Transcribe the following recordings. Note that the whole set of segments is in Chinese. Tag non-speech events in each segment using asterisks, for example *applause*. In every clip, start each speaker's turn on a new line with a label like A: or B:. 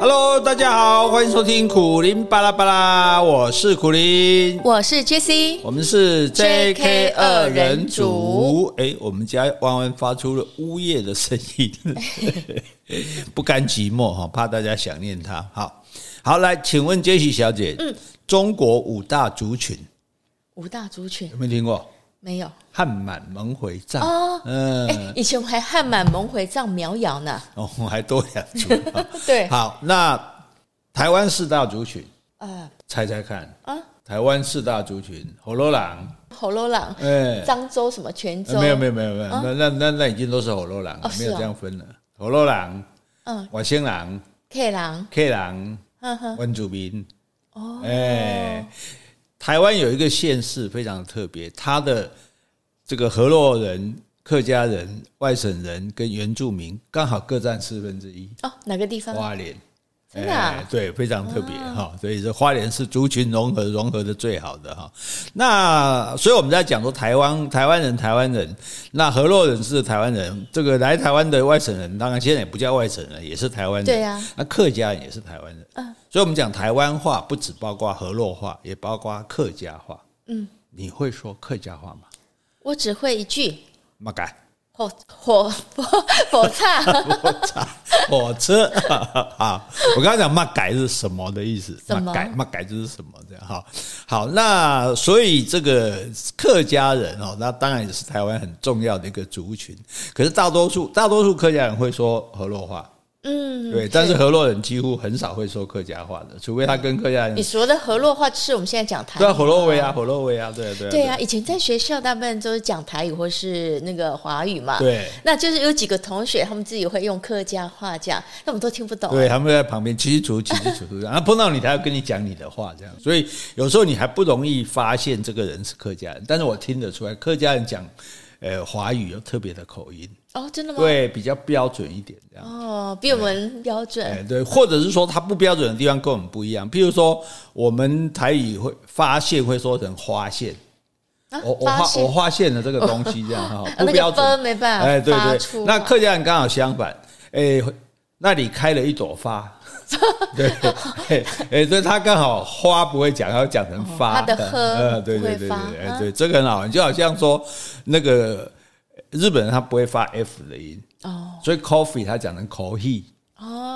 A: Hello，大家好，欢迎收听苦林巴拉巴拉，我是苦林，
B: 我是 JC，
A: 我们是
B: JK 二人组。
A: 哎，我们家弯弯发出了呜咽的声音， *laughs* 不甘寂寞哈，怕大家想念他。好，好来，请问杰西小姐，嗯，中国五大族群
B: 五大族群
A: 有没有听过？
B: 没有
A: 汉满蒙回藏，
B: 哦
A: 嗯
B: 哎、以前我还汉满蒙回藏苗瑶呢。
A: 哦，还多两族。
B: *laughs*
A: 好
B: 对
A: 好，那台湾四大族群，
B: 啊
A: 猜猜看，
B: 啊，
A: 台湾四大族群，火罗狼，
B: 火罗朗、
A: 哎、
B: 漳州什么泉州，
A: 呃没有没有没有没有，那那那那已经都是火罗狼了
B: 哦啊哦，是
A: 没
B: 哦
A: 有这样分了。火罗狼、
B: 嗯
A: 瓦星狼、
B: ，K 狼，
A: K 狼、
B: 呵呵，
A: 温祖民，
B: 哦，
A: 哎，台湾有一个县市非常特别，它的这个河洛人、客家人、外省人跟原住民刚好各占四分之一，
B: 哦，哪个地方？
A: 花莲。
B: 真的啊哦
A: 哎对，非常特别哈、所以说花莲是族群融合融合的最好的哈、那所以我们在讲说台湾台湾人台湾人，那河洛人是台湾人，这个来台湾的外省人，当然现在也不叫外省人，也是台湾人。
B: 对啊
A: 那客家人也是台湾人。
B: 嗯
A: 所以我们讲台湾话不只包括河洛话，也包括客家话。
B: 嗯，
A: 你会说客家话吗？
B: 我只会一句
A: 没改。
B: 火火火
A: *laughs*
B: 火叉，
A: 我操， *laughs* 火车啊！我刚才讲“骂改”是什么的意思？
B: 什
A: 骂
B: 么
A: 改骂改就是什么这样哈。好，那所以这个客家人哦，那当然也是台湾很重要的一个族群。可是大多数大多数客家人会说河洛话，
B: 嗯，
A: 对，但是河洛人几乎很少会说客家话的，除非他跟客家
B: 你
A: 人
B: 说的河洛话是我们现在讲台语，
A: 对啊，河洛维啊，。河洛维啊，对啊，对啊，
B: 对啊，以前在学校大部分都是讲台语或是那个华语嘛。
A: 对
B: 那就是有几个同学他们自己会用客家话讲，那我们都听不懂。
A: 对，他们在旁边起起楚楚起起楚楚，然啊后碰到你，他要跟你讲你的话，这样。所以有时候你还不容易发现这个人是客家人，但是我听得出来，客家人讲，呃，华语有特别的口音，
B: 哦，真的吗？
A: 对，比较标准一点这样。
B: 哦，比我们标
A: 哎，
B: 准
A: 对，或者是说他不标准的地方跟我们不一样，譬如说我们台语会发现会说成花现，
B: 啊
A: 我我
B: 发
A: 发
B: 现，
A: 我发现了这个东西，这样哈
B: *laughs*
A: 不
B: 那
A: 标
B: 个
A: 准，
B: 分没办法
A: 哎，对
B: 发
A: 对，
B: 出
A: 那
B: 嘛
A: 客家人刚好相反，哎，那里开了一朵
B: *laughs*
A: 花，对，哎，哎所以他刚好花不会讲，他会讲成
B: 哦
A: 发，
B: 他的呵
A: 呃，对对对
B: 不
A: 对
B: 会发
A: 对，
B: 啊
A: 哎，对，这个很好，你就好像说那个日本人他不会发 F 的音，
B: 哦
A: 所以 coffee 他讲成 coffee。
B: 哦嗯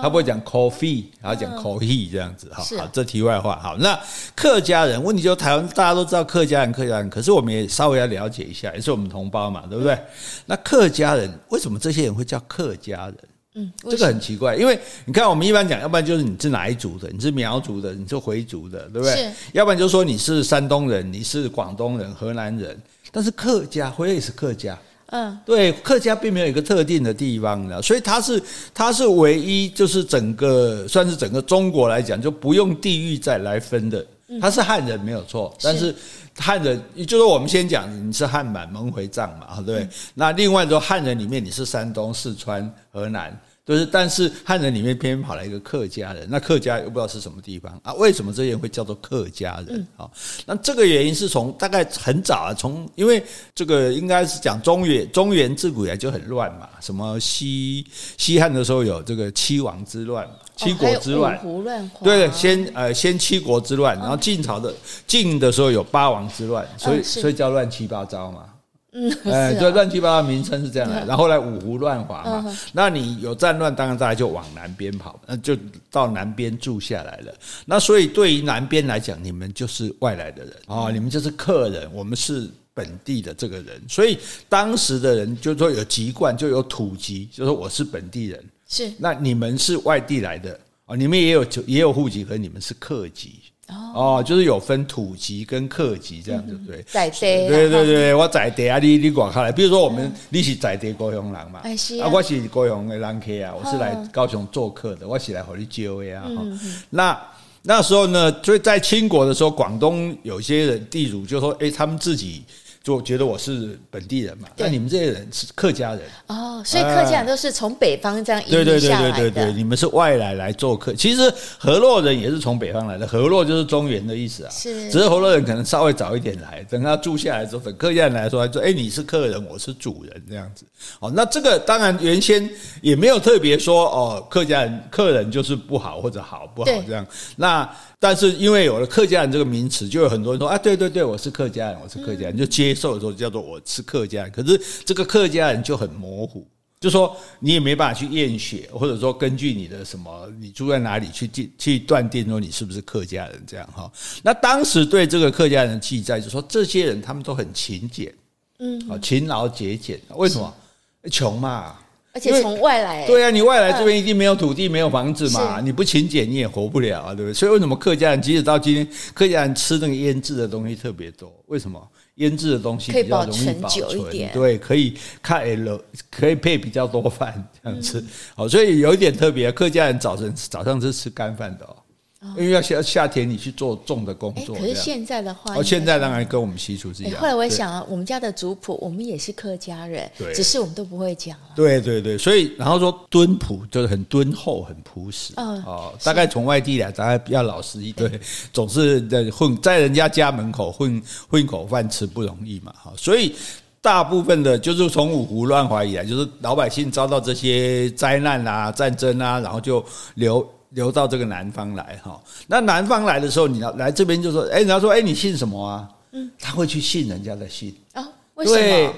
A: 他不会讲 coffee，他讲 coffee 这样子哈。
B: 是啊
A: 好，这题外话。好，那客家人问题就台湾大家都知道客家人，客家人，可是我们也稍微要了解一下，也是我们同胞嘛，对不
B: 嗯
A: 对？那客家人为什么这些人会叫客家人？
B: 嗯，
A: 这个很奇怪，因为你看我们一般讲，要不然就是你是哪一族的，你是苗族的，你是回族的，对不对
B: 是？
A: 要不然就说你是山东人，你是广东人、河南人，但是客家，回来也是客家。
B: 嗯
A: 对，客家并没有一个特定的地方的，所以它是它是唯一就是整个算是整个中国来讲就不用地域再来分的。他是汉人没有错，但是汉人，也就是我们先讲你是汉满蒙回藏嘛，啊
B: 嗯
A: 对。那另外说汉人里面你是山东、四川、河南，就是但是汉人里面偏偏跑来一个客家人，那客家又不知道是什么地方啊？为什么这些人会叫做客家
B: 嗯
A: 人？好、那这个原因是从大概很早啊，从因为这个应该是讲中原中原自古以来就很乱嘛，什么西西汉的时候有这个七王之乱嘛，七国之乱
B: 哦。还有五胡乱华，
A: 对，先呃先七国之
B: 嗯
A: 乱，然后晋朝的晋的时候有八王之乱，所以、
B: 嗯是
A: 所以叫乱七八糟嘛。
B: 嗯，
A: *laughs* 哎，
B: 是啊
A: 这乱七八糟的名称是这样来，然后来五胡乱华嘛。
B: 嗯
A: 那你有战乱，当然大家就往南边跑，那就到南边住下来了。那所以对于南边来讲，你们就是外来的人啊、哦你们就是客人，我们是。本地的这个人，所以当时的人就说有籍贯，就有土籍，就说我是本地人，
B: 是
A: 那你们是外地来的哦，你们也有也有户籍，可是你们是客籍哦就是有分土籍跟客籍这样子，对。
B: 嗯在地，啊嗯
A: 对对，对，我在地啊，你你管开来。比如说我们，你是在地高雄人嘛，
B: 哎是啊哦
A: 我是高雄的人客啊，我是来高雄做客的，我是来和你交的啊。
B: 嗯
A: 哈那那时候呢，所以在清国的时候，广东有些人地主就说，哎，他们自己就觉得我是本地人嘛，
B: 对
A: 但你们这些人是客家人，
B: 哦，所以客家人都是从北方这样移
A: 对
B: 民
A: 对对
B: 下
A: 对
B: 来
A: 对对，
B: 的，
A: 你们是外来来做客。其实河洛人也是从北方来的，河洛就是中原的意思啊。
B: 是
A: 只是河洛人可能稍微早一点来，等他住下来之后，等客家人来说，他说：“哎、你是客人，我是主人。”这样子。哦，那这个当然原先也没有特别说哦，客家人客人就是不好或者好不好
B: 对
A: 这样。那但是因为有了客家人这个名词，就有很多人说啊，对对对，我是客家人，我是客家人，就接受的时候叫做我是客家人。可是这个客家人就很模糊。就说你也没办法去验血，或者说根据你的什么，你住在哪里去定去断定说你是不是客家人这样哈。那当时对这个客家人的记载就说，这些人他们都很勤俭，嗯，啊，勤劳节俭，为什么？穷嘛，
B: 而
A: 因
B: 且
A: 为
B: 从外来，
A: 对啊，你外来这边一定没有土地，没有房子嘛，
B: 是
A: 你不勤俭你也活不了啊，对不对？所以为什么客家人即使到今天，客家人吃那个腌制的东西特别多？为什么？腌制的东西
B: 可以
A: 比较
B: 保
A: 容易
B: 存
A: 保
B: 久一
A: 存
B: 点
A: 对，可以看 L，可以配比较多饭这样吃。好，所以有一点特别，客家人早晨早上是吃干饭的哦，因为要夏夏天你去做重的工
B: 哎，
A: 作，
B: 可是
A: 这样
B: 现在的话，
A: 哦，现在当然跟我们习俗是一
B: 哎。
A: 样。
B: 后来我也
A: 对
B: 想啊，我们家的族谱，我们也是客家人
A: 对，
B: 只是我们都不会讲了。
A: 对对对，所以然后说敦朴就是很敦厚、很朴实。
B: 嗯
A: 哦，大概从外地来，大概比较老实一点，总是在混在人家家门口混混口饭吃不容易嘛，哈，所以。大部分的，就是从五胡乱华以来，就是老百姓遭到这些灾难啊、战争啊，然后就流流到这个南方来哈。那南方来的时候，你要来这边就说，哎、人家说，哎、你姓什么啊？嗯，他会去信人家的姓。
B: 啊，为什
A: 对
B: 么？，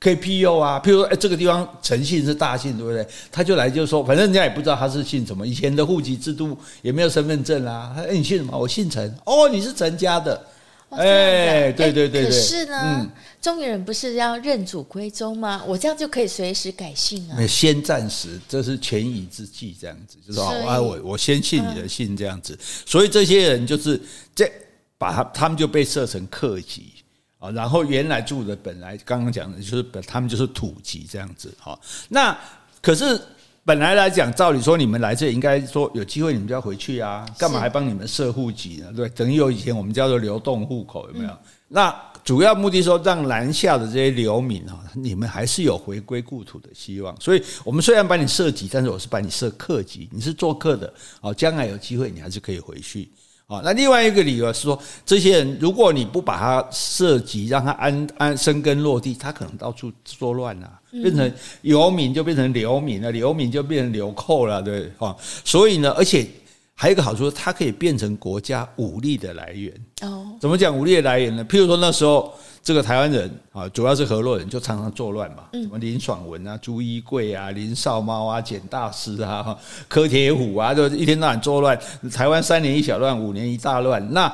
A: 可以 PU 啊，譬如说，哎、这个地方陈姓是大姓，对不对？他就来就说，反正人家也不知道他是姓什么，以前的户籍制度也没有身份证啊。他哎、你姓什么？我姓陈。哦，你是陈家的。
B: 哦这样子啊
A: 哎，对对对嗯
B: 可
A: 对
B: 是呢，中原人不是要认祖归宗吗？我这样就可以随时改姓啊。
A: 那先暂时，这是权宜之计，这样子就是说
B: 所以
A: 啊，我我先信
B: 嗯
A: 你的信这样子，所以这些人就是这把他他们就被设成客籍啊，然后原来住的本来刚刚讲的就是本他们就是土籍这样子哈，那可是。本来来讲，照理说你们来这里应该说有机会你们就要回去啊，干嘛
B: 是
A: 还帮你们设户籍呢？对，等于有以前我们叫做流动户口，有没有？那主要目的说让南下的这些流民啊，你们还是有回归故土的希望。所以，我们虽然把你设籍，但是我是把你设客籍，你是做客的，哦，将来有机会你还是可以回去。啊，那另外一个理由是说，这些人如果你不把他涉及，让他安安生根落地，他可能到处作乱啊，变成游民就变成流民了，流民就变成流寇了，对啊。所以呢，而且还有一个好处，它可以变成国家武力的来源。
B: 哦，
A: 怎么讲武力的来源呢？譬如说那时候这个台湾人啊，主要是河洛人，就常常作乱嘛，什么林爽文啊、朱一贵啊、林少猫啊、简大师啊、哈柯铁虎啊，就一天到晚作乱。台湾三年一小乱，五年一大乱。那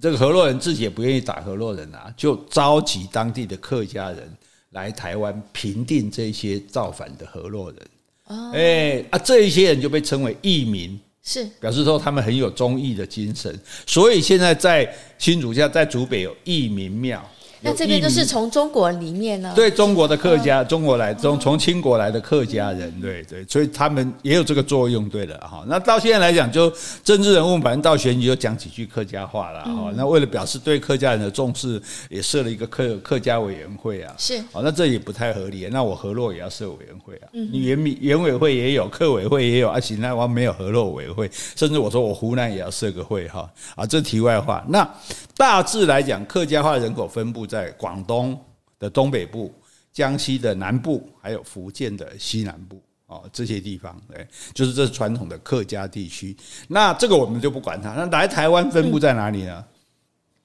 A: 这个河洛人自己也不愿意打河洛人啊，就召集当地的客家人来台湾平定这些造反的河洛人。
B: 哦
A: 哎、啊，这一些人就被称为义民。
B: 是
A: 表示说他们很有忠义的精神，所以现在在新竹下，在竹北有义民庙。
B: 那
A: 有
B: 这边
A: 义
B: 就
A: 民
B: 是从嗯中国里面呢，
A: 对中国的客家，中国来中从清国来的客家人，对对，所以他们也有这个作用，对了哈。那到现在来讲，就政治人物反正到选举就讲几句客家话啦。哈、
B: 嗯
A: 那为了表示对客家人的重视，也设了一个客客家委员会啊。
B: 是
A: 哦，那这也不太合理。那我河洛也要设委员会啊，你原民原委会也有，客委会也有，啊，行，那我没有河洛委员会，甚至我说我湖南也要设个会哈。啊，这题外话。那大致来讲，客家话人口分布在广东的东北部、江西的南部，还有福建的西南部。哦，这些地方，对，就是这是传统的客家地区。那这个我们就不管它。那来台湾分布在哪里呢？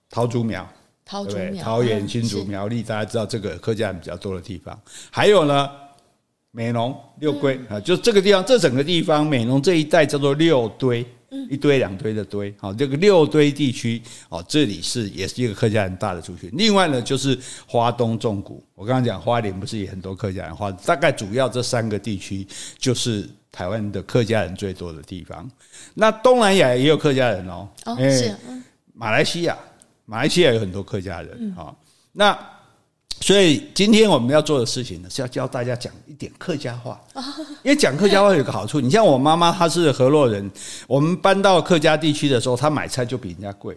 A: 桃竹苗，
B: 桃
A: 对
B: 竹
A: 不对？
B: 苗、
A: 桃园、
B: 嗯
A: 新竹、
B: 是
A: 苗栗，大家知道这个客家人比较多的地方。还有呢，美浓、六龟
B: 嗯
A: 啊、就这个地方，这整个地方，美浓这一带叫做六堆，
B: 嗯
A: 一堆两堆的堆。好、这个六堆地区，哦，这里是也是一个客家人大的族群。另外呢，就是花东纵谷，我刚刚讲花莲不是也很多客家人，花大概主要这三个地区就是。台湾的客家人最多的地方，那东南亚也有客家人哦。
B: 哦，
A: 哎
B: 是嗯
A: 马来西亚，马来西亚有很多客家人啊、那所以今天我们要做的事情呢，是要教大家讲一点客家话，
B: 哦
A: 因为讲客家话有个好处，你像我妈妈，她是河洛人，我们搬到客家地区的时候，她买菜就比人家贵。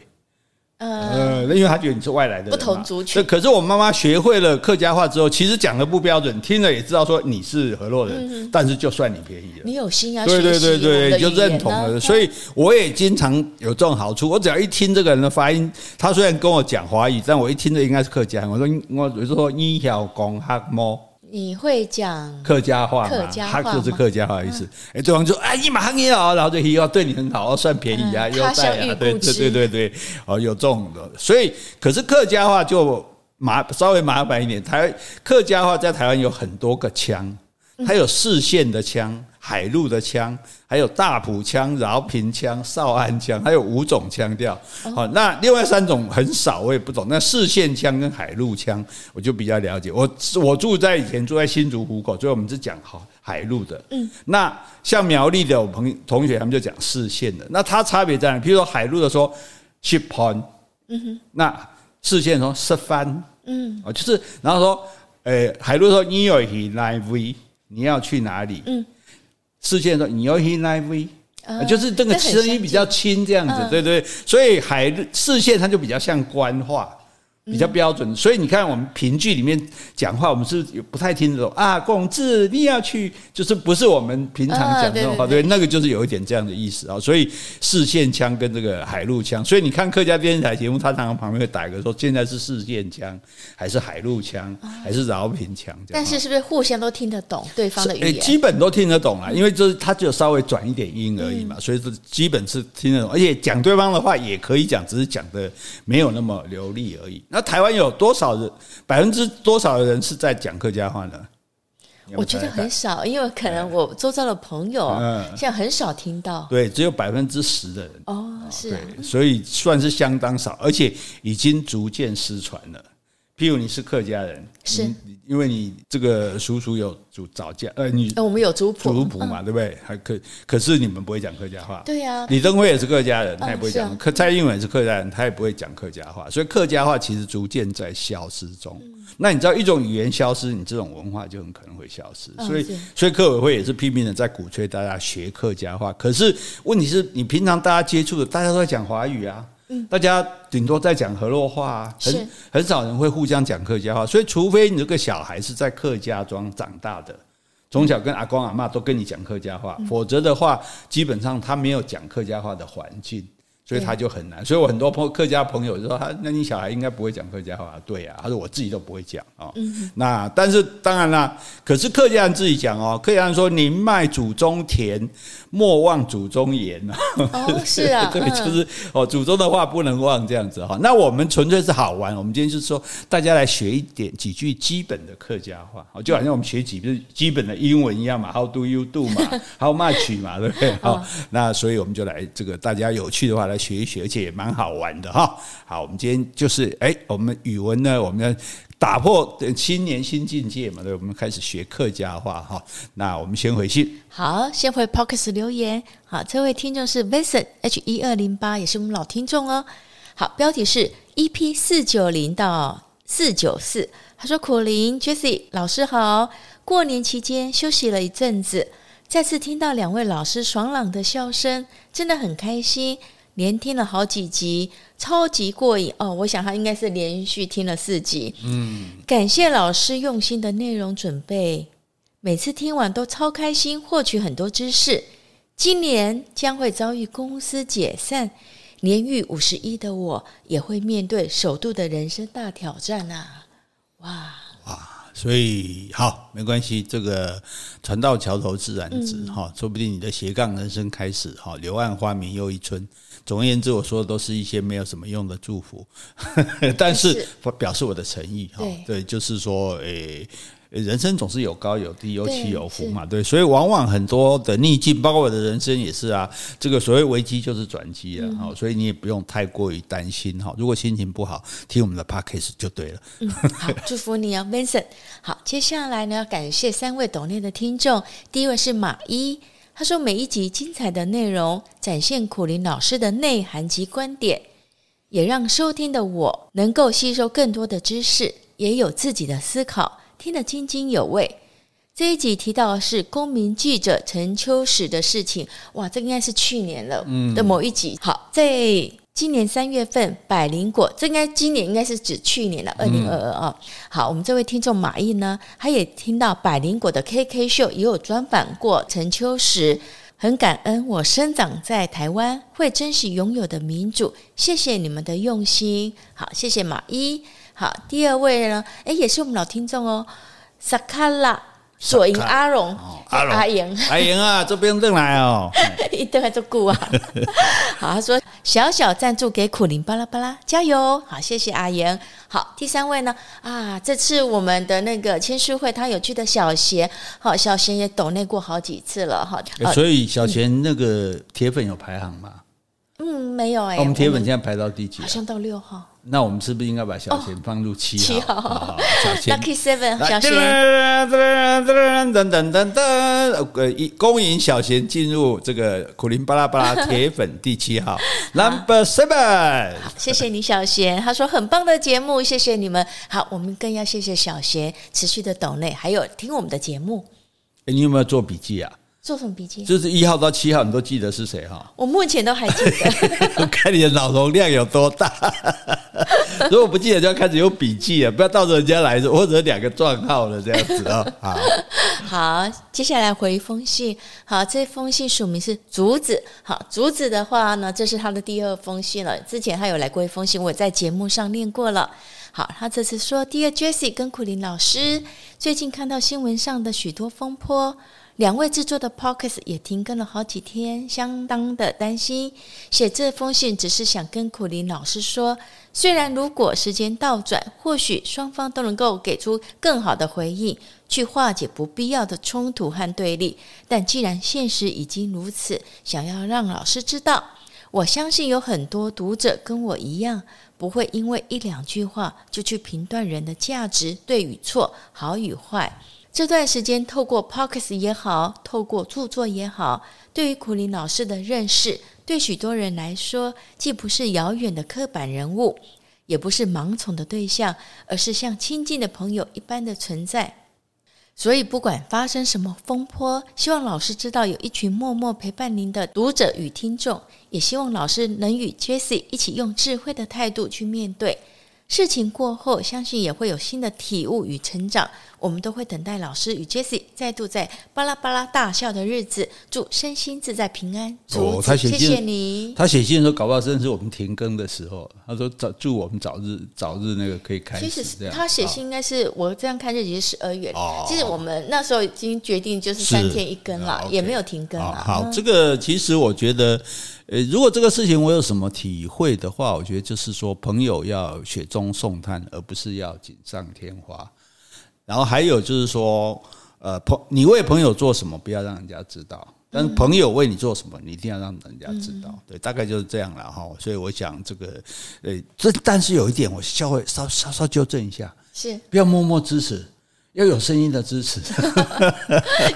B: 嗯，
A: 呃，因为他觉得你是外来的人嘛，
B: 不同族群
A: 这可是我妈妈学会了客家话之后，其实讲的不标准，听了也知道说你是河洛人，
B: 嗯
A: 但是就算你便宜了。
B: 你有心要学
A: 对
B: 习
A: 对对
B: 我
A: 对，
B: 们的
A: 就
B: 语
A: 认
B: 言
A: 同
B: 呢嗯
A: 了，所以我也经常有这种好处。我只要一听这个人的发音，他虽然跟我讲华语，但我一听这应该是客家。我说我我就说你晓讲黑猫
B: 你会讲
A: 客家话嘛
B: 客，家
A: 他
B: 话
A: 就是
B: 吗
A: 客家话的意思。哎，对方就啊一马行业啊，然后就又要对你很好，哦算便宜啊，
B: 嗯
A: 优
B: 他乡
A: 待啊
B: 遇，
A: 对对
B: 故
A: 对
B: 知
A: 对对，哦有这种的。所以可是客家话就麻稍微麻烦一点，台客家话在台湾有很多个腔。它有四县的腔、海陆的腔，还有大埔腔、饶平腔、少安腔，还有五种腔调。好、那另外三种很少，我也不懂。那四县腔跟海陆腔，我就比较了解。我我住在以前住在新竹湖口，所以我们是讲好海陆的。嗯，那像苗栗的我朋友同学他们就讲四县的，那它差别在哪？譬如说海陆的说 ship on，嗯哼，那四县说吃翻，嗯，哦，就是然后说，诶、海陆说你有去哪位？你要去哪里？嗯，四县说你有去哪位？
B: 啊
A: 呃就是这个
B: 这很
A: 声音
B: 相
A: 比较轻，这样子，
B: 嗯
A: 对对。所以海陆四县它就比较像官话，比
B: 嗯
A: 较标准。所以你看我们评剧里面讲话，我们是不太听得懂啊，共治你要去，就是不是我们平常
B: 啊
A: 讲这种话，
B: 对对
A: 对，那个就是有一点这样的意思啊。所以四县腔跟这个海陆腔，所以你看客家电视台节目，他常常旁边会打一个说，现在是四县腔，还是海陆腔，还是饶平腔这样
B: 哦但
A: 啊。
B: 是是不是互相都听得懂对方的
A: 是诶
B: 语言？
A: 哎基本都听得懂啦，因为就是他只有稍微转一点音而
B: 嗯
A: 已嘛，所以这基本是听得懂，而且讲对方的话也可以讲，只是讲的没有那么流利而已。那台湾有多少人，百分之多少的人是在讲客家话呢？你有没有
B: 我觉得
A: 猜猜看
B: 很少，因为可能我周遭的朋友
A: 哎嗯
B: 现在很少听到。
A: 对，只有百分之十的人，
B: 哦，是啊，
A: 对，所以算是相当少，而且已经逐渐失传了。譬如你是客家人，
B: 是
A: 你你因为你这个叔叔有祖早家，呃，你
B: 呃我们嗯有族谱，
A: 族谱嘛，对不对？还可可是你们不会讲客家话，
B: 对
A: *laughs*
B: 呀，
A: 李登辉也是客家人，他也
B: 嗯
A: 不会
B: 是啊
A: 讲；客蔡英文也是客家人，他也不会讲客家话。所以客家话其实逐渐在消失中。
B: 嗯
A: 那你知道一种语言消失，你这种文化就很可能会消失。
B: 嗯
A: 所以
B: 是，
A: 所以客委会也是拼命的在鼓吹大家学客家话。可是问题是你平常大家接触的，大家都在讲华语啊。大家顶多在讲河洛话、啊，
B: 是
A: 很很少人会互相讲客家话，所以除非你这个小孩是在客家庄长大的，从小跟阿公阿妈都跟你讲客家话，否则的话，基本上他没有讲客家话的环境。所以他就很难，所以我很多朋友客家朋友就说他，那你小孩应该不会讲客家话，对啊，他说我自己都不会讲啊、哦。那但是当然啦，可是客家人自己讲哦，客家人说宁卖祖宗田，莫忘祖宗言啊。
B: 哦，是啊，
A: *laughs* 对，
B: 嗯
A: 就是哦，祖宗的话不能忘这样子哈。那我们纯粹是好玩，我们今天就是说大家来学一点几句基本的客家话，哦就好像我们学几句基本的英文一样嘛，How do you do 嘛，How much 嘛，对不对？好，那所以我们就来这个大家有趣的话来学一学，而且也蛮好玩的哈。好，我们今天就是哎，我们语文呢，我们要打破呃新年新境界嘛，对，我们开始学客家话哈。那我们先回信。
B: 好，先回 Pockets 留言。好，这位听众是 Vincent H 一二零八，也是我们老听众哦。好，标题是 EP 四九零到四九四。他说：“苦林 Jesse 老师好，过年期间休息了一阵子，再次听到两位老师爽朗的笑声，真的很开心。连听了好几集，超级过瘾哦！我想他应该是连续听了四集。嗯，感谢老师用心的内容准备，每次听完都超开心，获取很多知识。今年将会遭遇公司解散，年逾五十一的我也会面对首度的人生大挑战啊！哇，
A: 所以好，没关系，这个船到桥头自然直
B: 嗯
A: 哈、说不定你的斜杠人生开始哈，柳暗花明又一村。总而言之，我说的都是一些没有什么用的祝福， *laughs* 但是
B: 是
A: 表示我的诚意哈
B: 对。
A: 对，就是说，诶、人生总是有高有低，有起
B: 对
A: 有伏
B: 是
A: 嘛，对，所以往往很多的逆境，包括我的人生也是啊。这个所谓危机就是转机
B: 嗯
A: 了哈、所以你也不用太过于担心哈。如果心情不好，听我们的 podcast 就对了。
B: 嗯，好，祝福你哦，Vincent。好，接下来呢，要感谢三位懂内的听众。第一位是马一，他说每一集精彩的内容展现苦林老师的内涵及观点，也让收听的我能够吸收更多的知识，也有自己的思考，听得津津有味。这一集提到的是公民记者陈秋实的事情，哇，这应该是去年了的某一集。好，在今年三月份，百灵果，这应该今年应该是指去年的二零二二啊。好，我们这位听众马毅呢，他也听到百灵果的 KK 秀也有专访过陈秋实，很感恩我生长在台湾，会珍惜拥有的民主，谢谢你们的用心。好，谢谢马一。好，第二位呢，诶，也是我们老听众哦，萨卡拉左营阿荣，
A: 哦阿荣
B: 阿莹。
A: 阿莹啊，这边正来哦，
B: 一顿还做顾
A: *laughs*
B: 啊。好，他说小小赞助给苦林巴拉巴拉，加油！好，谢谢阿言。好，第三位呢啊，这次我们的那个签书会，他有去的小贤，好，小贤也抖内过好几次了哈。呃
A: 所以小贤那个铁粉有排行吗？
B: 嗯，没有哎、
A: 哦我们铁粉现在排到第几
B: 好
A: 啊？
B: 像到六号
A: 那我们是不是应该把小贤放入七
B: 七
A: 号？
B: 号
A: 好好好小贤
B: ，Lucky Seven
A: 来
B: 小
A: 噔噔噔
B: 贤。
A: 噔噔噔噔，呃，一恭迎小贤进入这个苦林巴拉巴拉铁粉第七号，Number Seven。
B: 谢谢你，小贤。他说很棒的节目，谢谢你们。好，我们更要谢谢小贤持续的抖内，还有听我们的节目，
A: 诶你有没有做笔记啊？
B: 做什么笔记？
A: 就是一号到七号，你都记得是谁哈？
B: 我目前都还记得。 *laughs*
A: 我 *laughs* 看你的脑容量有多大。 *laughs* 如果不记得，就要开始有笔记了，啊不要到时候人家来说或者两个撞号了这样子啊。 *laughs* 好，
B: 好，接下来回一封信。好，这封信署名是竹子。好，竹子的话呢，这是他的第二封信了。之前他有来过一封信，我也在节目上念过了。好，他这次说：“Dear Jessie 跟苦林老师，最近看到新闻上的许多风波，两位制作的 p o c k e t 也停更了好几天，相当的担心。写这封信只是想跟苦林老师说，虽然如果时间倒转，或许双方都能够给出更好的回应，去化解不必要的冲突和对立。但既然现实已经如此，想要让老师知道，我相信有很多读者跟我一样，不会因为一两句话就去评断人的价值对与错、好与坏。这段时间，透过 p o c k e t 也好，透过著作也好，对于苦林老师的认识，对许多人来说，既不是遥远的刻板人物，也不是盲从的对象，而是像亲近的朋友一般的存在。所以，不管发生什么风波，希望老师知道有一群默默陪伴您的读者与听众，也希望老师能与 Jessie 一起用智慧的态度去面对。事情过后，相信也会有新的体悟与成长。我们都会等待老师与 Jessie 再度在巴拉巴拉大笑的日子。祝身心自在平安。
A: 哦
B: 竹子
A: 他写
B: 谢
A: 信
B: 谢你。
A: 他写信的时候，搞不好正是我们停更的时候。他说早祝我们早日早日那个可以开
B: 其
A: 始
B: 实
A: 这样。哦
B: 他写信应该是我这样看日期是十二月，其实我们那时候已经决定就是三天一更
A: 是
B: 了
A: 啊，，OK
B: 也没有停更
A: 啊，
B: 了。
A: 好，
B: 嗯
A: 这个其实我觉得，呃，如果这个事情我有什么体会的话，我觉得就是说，朋友要雪中送炭，而不是要锦上添花。然后还有就是说，呃，朋你为朋友做什么，不要让人家知道。但是朋友为你做什么，你一定要让人家知道，对，大概就是这样了哈。所以我想这个，呃，这但是有一点，我稍微稍稍稍纠正一下，
B: 是
A: 不要默默支持，要有声音的支持。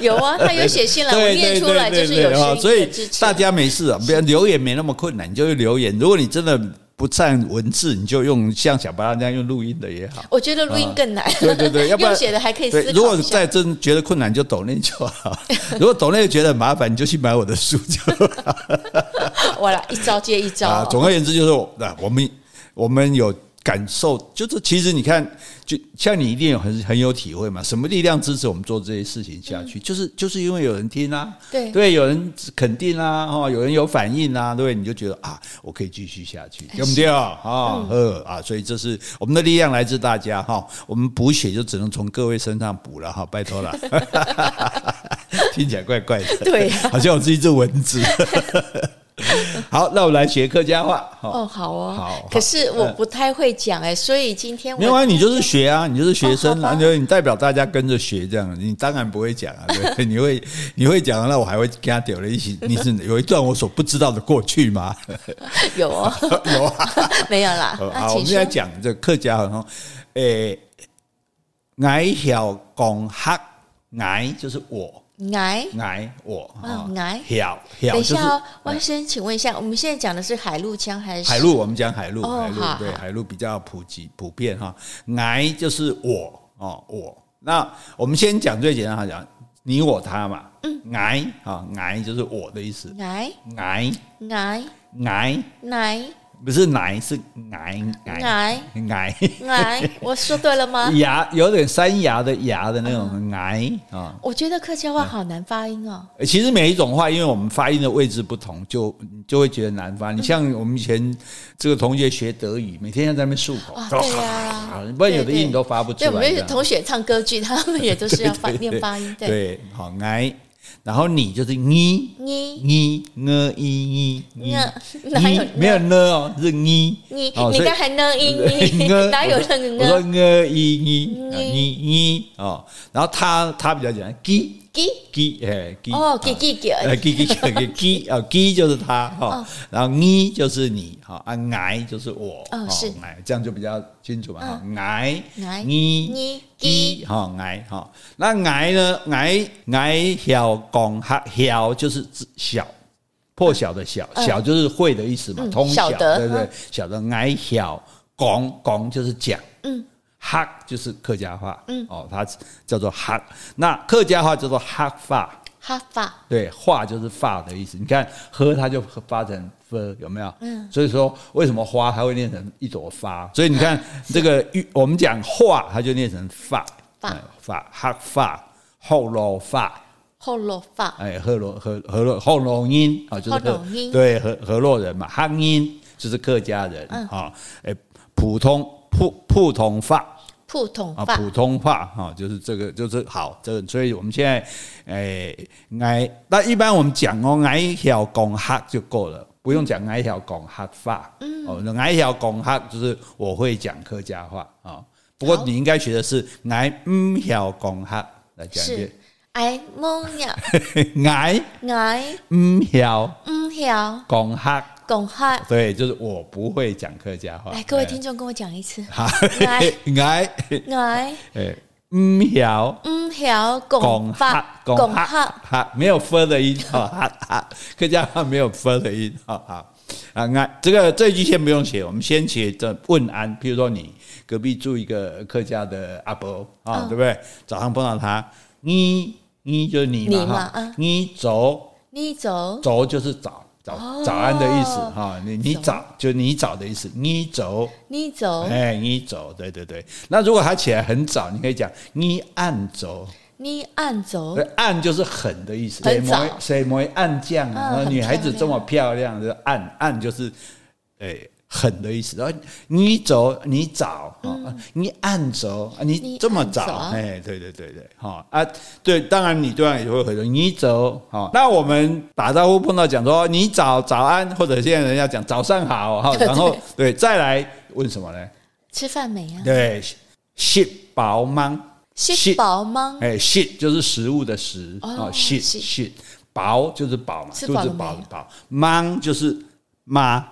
B: 有啊，他有写
A: *laughs*
B: 信来，我
A: 对
B: 念
A: 对
B: 出来
A: 对
B: 就
A: 对
B: 是
A: 对
B: 有
A: 哦
B: 声
A: 所
B: 音的
A: 以
B: 支持。
A: 大家没事啊，不要留言没那么困难，你就留言。如果你真的不善文字，你就用像小巴拉那样用录音的
B: *laughs*
A: 也好。
B: 我觉得录音更难，
A: 啊对对
B: *laughs*
A: 对，要不然
B: 用写的还可以思
A: 对
B: 考一，下。
A: 如果再真觉得困难，你就抖内就好。 *laughs* 如果抖内觉得很麻烦，你就去买我的书就好。
B: 哇啦，一招接一招
A: 啊，
B: 哦，
A: 总而言之就是我，那我们我们有感受，就是其实你看，就像你一定有很很有体会嘛，什么力量支持我们做这些事情下去，就是就是因为有人听啊，
B: 对
A: 对，有人肯定啊，哦，有人有反应啊，对不对，你就觉得啊，我可以继续下去，对不对啊？啊，呃啊，所以这是我们的力量来自大家哈，我们补血就只能从各位身上补了哈，拜托了， *laughs* 听起来怪怪的，
B: 对啊
A: *laughs* 好像我是一只蚊子。 *laughs* 好，那我们来学客家话。好
B: 哦，好
A: 好
B: 哦
A: 好，嗯
B: 可是我不太会讲哎，所以今天我
A: 没有啊，你就是学啊，你就是学生
B: 哦好
A: 啊，
B: 吧
A: 就是你代表大家跟着学这样，你当然不会讲啊，对，你会你会讲，那我还会跟他丢了一起，你是有一段我所不知道的过去吗？
B: *laughs* 有哦，
A: *laughs* 有啊，
B: *laughs* 没有啦。那
A: 好，我
B: 请
A: 们现在
B: 说，
A: 讲这客家话哈，诶，矮小讲黑矮就是我
B: 来。
A: 矮我
B: 哦
A: 啊
B: 矮
A: 小小
B: 等
A: 就
B: 一
A: 是哎
B: 下哦，万生，请问一下，我们现在讲的是海陆腔还是
A: 海陆，我们讲海陆，
B: 哦
A: 海陆
B: 好
A: 对
B: 好
A: 海陆比较普及普遍哈。癌就是我哦，我。那我们先讲最简单，好讲你我他嘛。嗯，癌啊，癌就是我的意思。
B: 来
A: 癌
B: 来
A: 癌
B: 来
A: 不是奶是奶奶
B: 癌
A: 奶？
B: 癌，我说对了吗
A: *laughs* 牙，有点山牙的牙的那种奶啊。
B: 我觉得客家话好难发音哦。
A: 其实每一种话，因为我们发音的位置不同，就你就会觉得难
B: 嗯
A: 发。你像我们以前这个同学学德语，每天要在那边漱口
B: 啊，对呀
A: *laughs* 不然有的
B: 对对
A: 音你都发不出
B: 对，
A: 来。
B: 我们
A: 这
B: 有
A: 样
B: 同学唱歌剧，他们也都是要发念发音。对，
A: 对，好来，然后你就是你
B: 你
A: 你呢一一你
B: 呢哪有呢
A: 没有呢哦，是你
B: 你
A: 哦所
B: 你
A: 以
B: 刚才
A: *laughs*
B: 呢音你哪有那个
A: 我说
B: 呢？
A: 呢一一
B: 呢
A: 你你哦，然后他他比较简单，鸡
B: 鸡
A: 鸡哎鸡
B: 哦，鸡鸡鸡，
A: 呃，鸡鸡鸡鸡啊，鸡就是他哈，然后你就是你哈，啊，癌就是我，
B: 哦是
A: 癌，这样就比较清楚嘛哈，癌
B: 癌
A: 你
B: 你
A: 鸡哈癌哈，那癌呢？癌癌小拱哈小就是指小。破晓的晓，
B: 嗯
A: 晓就是会的意思嘛，
B: 嗯
A: 通晓，
B: 晓得
A: 对不对
B: 嗯？
A: 晓得矮晓，拱拱就是讲，
B: 嗯，
A: 哈就是客家话，
B: 嗯
A: 哦，它叫做哈，那客家话叫做哈发，
B: 哈发
A: 对，发就是发的意思。你看喝它就发成喝，有没有？
B: 嗯。
A: 所以说为什么花它会念成一朵花？所以你看这个玉，我们讲画，它就念成发
B: 发
A: 哎发哈发后罗发。
B: 后落发
A: 哎，河洛河河洛后龙音啊，就是
B: 后
A: 河
B: 龙音
A: 对河河洛人嘛，汉音就是客家人
B: 嗯
A: 啊，哎、普通普普通话，
B: 普通
A: 啊，
B: 发
A: 普通话哈、就是这个，就是好，这个，所以我们现在，诶、挨，那一般我们讲哦，挨小公哈就够了，不用讲挨小公哈话，嗯，哦，挨小公哈就是我会讲客家话啊、不过
B: 好
A: 你应该学的是挨嗯小公哈，来讲一
B: 是哎梦呀 *laughs*
A: 遍， *laughs* 挨
B: 哎
A: 嗯小
B: 嗯晓
A: 公哈，
B: 讲哈。
A: 对，就是我不会讲客家话，
B: 来，各位
A: 哎 *laughs*
B: 听，众跟我讲一次，
A: 哈，
B: 来
A: *laughs* 挨，
B: 哎
A: 诶，嗯小。
B: 嗯晓
A: 拱
B: 讲
A: 哈
B: 发
A: 拱
B: 讲
A: 哈
B: 哈
A: 哈，没有 f 的音哦哈哈哈，客家话没有 f 的音哈哈啊，那这个这一句先不用写，我们先写这问安，譬如说你隔壁住一个客家的阿伯啊，
B: 嗯
A: 对不对？早上碰到他，你你就是你
B: 你嘛
A: 嘛哈
B: 嗯，
A: 你走
B: 你走
A: 走就是早早
B: 哦
A: 早安的意思哈，你你早就你早的意思，你走
B: 你走
A: 哎你走，对对对。那如果他起来很早，你可以讲你暗走。
B: 你按走
A: 对，暗就是狠的意思，
B: 很早
A: 谁没谁没暗将啊？
B: 嗯
A: 然后
B: 很
A: 女孩子这么漂亮，就是暗暗就是，诶、狠的意思。然后你走，你早，哦你暗走，啊你
B: 你
A: 这么
B: 暗走
A: 早，哎，对对对对，哈啊，对，当然你对方也会回头，你走，哈。那我们打招呼碰到讲说你早早安，或者现在人家讲早上好，哈，然后对，再来问什么呢？
B: 吃饭没啊？
A: 对，谢饱忙，
B: 吃饱吗？
A: 哎，shit 就是食物的食
B: 哦
A: 啊，shit
B: shit
A: shit，饱就是饱嘛，
B: 吃
A: 肚
B: 饱
A: 子
B: 了
A: 饱
B: 没有
A: 饱，忙就是妈。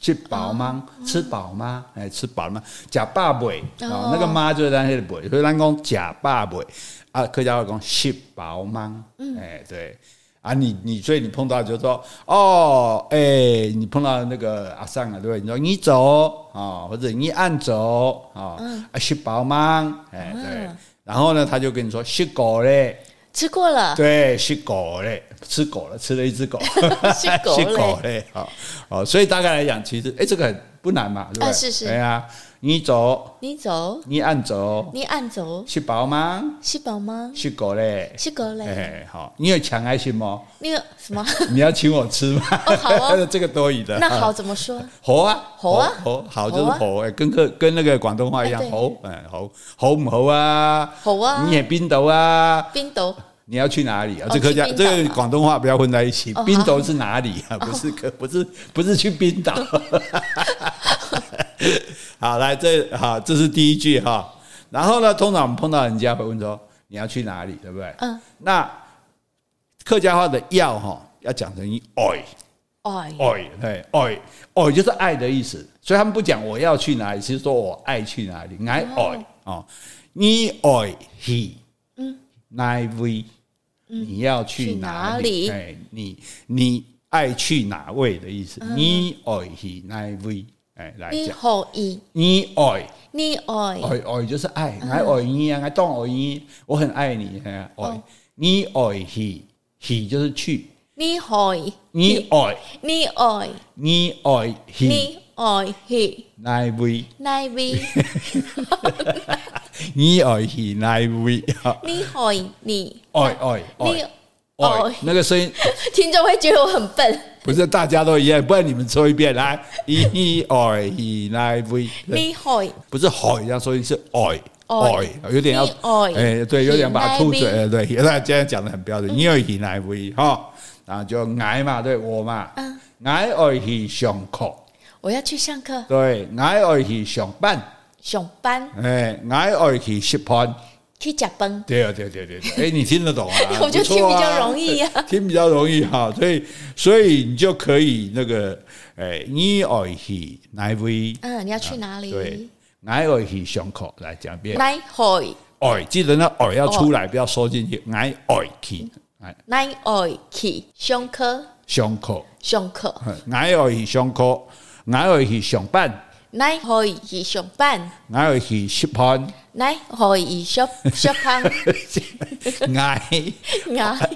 A: 吃饱吗？吃饱吗？哎，吃饱了吗？假爸尾啊
B: 哦，
A: 那个妈就是咱那个尾，所以咱讲假爸尾啊，客家话讲吃饱吗？哎，对啊，你你所以你碰到就说哦，哎，你碰到那个阿尚啊，对不对？你说你走啊，或者你按走啊，啊，吃饱吗？哎，对
B: 嗯。
A: 然后呢，他就跟你说吃狗嘞，
B: 吃过了，
A: *laughs* 对，吃狗嘞，吃狗了，吃了一只
B: *laughs*
A: 狗，
B: 吃
A: *laughs*
B: 狗
A: 吃狗
B: 嘞，
A: 嘞，好，哦，所以大概来讲，其实，哎，这个很不难嘛，对不对？
B: 啊是是
A: 对啊，你走，
B: 你走，
A: 你按走，
B: 你按走，
A: 吃饱吗？
B: 吃饱吗？
A: 吃狗嘞，
B: 吃过嘞，
A: 哎，好，你有强爱心吗？
B: 那个什么，
A: *laughs* 你要请我吃吗？
B: 哦好哦
A: *laughs* 这个多余的。
B: 那好，怎么说？
A: 猴啊，
B: 猴啊
A: 猴好就
B: 猴
A: 是
B: 啊
A: 猴，哎跟个跟那个广东话一样
B: 哎，对
A: 猴，哎，猴猴唔猴啊？
B: 好啊
A: 你，也冰斗啊？
B: 冰斗
A: 你要去哪里啊？
B: 哦
A: 这客家
B: 去冰岛
A: 这个广东话不要混在一起
B: 哦好。
A: 冰岛是哪里
B: *laughs*
A: 啊？不是可不是不是去冰岛。 *laughs* 好，来这好，这是第一句哈。然后呢，通常我们碰到人家会问说你要去哪里，对不对？
B: 嗯。
A: 那客家话的要哈，要讲成一哎
B: 哎，
A: 哎对哎哎就是爱的意思，所以他们不讲我要去哪里，其实说我爱去哪里，爱哎哦，你爱去
B: 嗯
A: 奈威，你要去哪
B: 去哪里
A: 哎，你你爱去哪位的意思？
B: 嗯
A: 你爱去奈威，哎，来
B: 你嗯
A: 讲，
B: 好意，
A: 你爱
B: 你爱
A: 爱爱就是爱，爱爱你啊，爱当爱你，我很爱你，哎，爱
B: 哦
A: 你爱去去就是去，
B: 你好意，
A: 你爱
B: 你爱
A: 你爱去
B: 你哦嘿，
A: 奈威，
B: 奈威，
A: 你爱去奈
B: *laughs*
A: 威啊，
B: 你好，你
A: 爱爱
B: 你哦
A: 爱爱
B: 爱，
A: 那个声音
B: 听众会觉得我很笨。
A: 不是大家都一样，不然你们说一遍来，一爱去奈威，
B: 你好，
A: 不是海这样说，是爱。
B: 爱
A: 爱有点要
B: 你嗯爱
A: 哎，对，有点把
B: 去
A: 吐
B: 奈威
A: 嘴，哎对，那这样讲的很标准。你爱去奈威哈，然后就爱嘛，对我嘛，
B: 嗯
A: 爱爱去上课，
B: 我要去上课，
A: 对，爱爱去上班，
B: 上班
A: 哎，爱爱去吃饭，
B: 去加班。
A: 对啊，对对对对，哎，你听得懂啊
B: *laughs* ？我觉得听
A: 不错
B: 比较容易啊
A: 听比较容易哈、所以所以你就可以那个，哎，你爱去哪位？
B: 嗯，你要去哪
A: 对
B: 里？，
A: 爱爱去上课来讲一遍，
B: 奈好，
A: 爱记得那爱要出
B: 哦
A: 来，不要收进去，爱爱去，哎，
B: 奈爱去上课，
A: 上课，
B: 上课。
A: 爱爱去上课，爱爱去上班，
B: 奈可以上班，
A: 爱爱去吃 *laughs* 饭，
B: 奈可以上上
A: *laughs*
B: 班，
A: 爱
B: 爱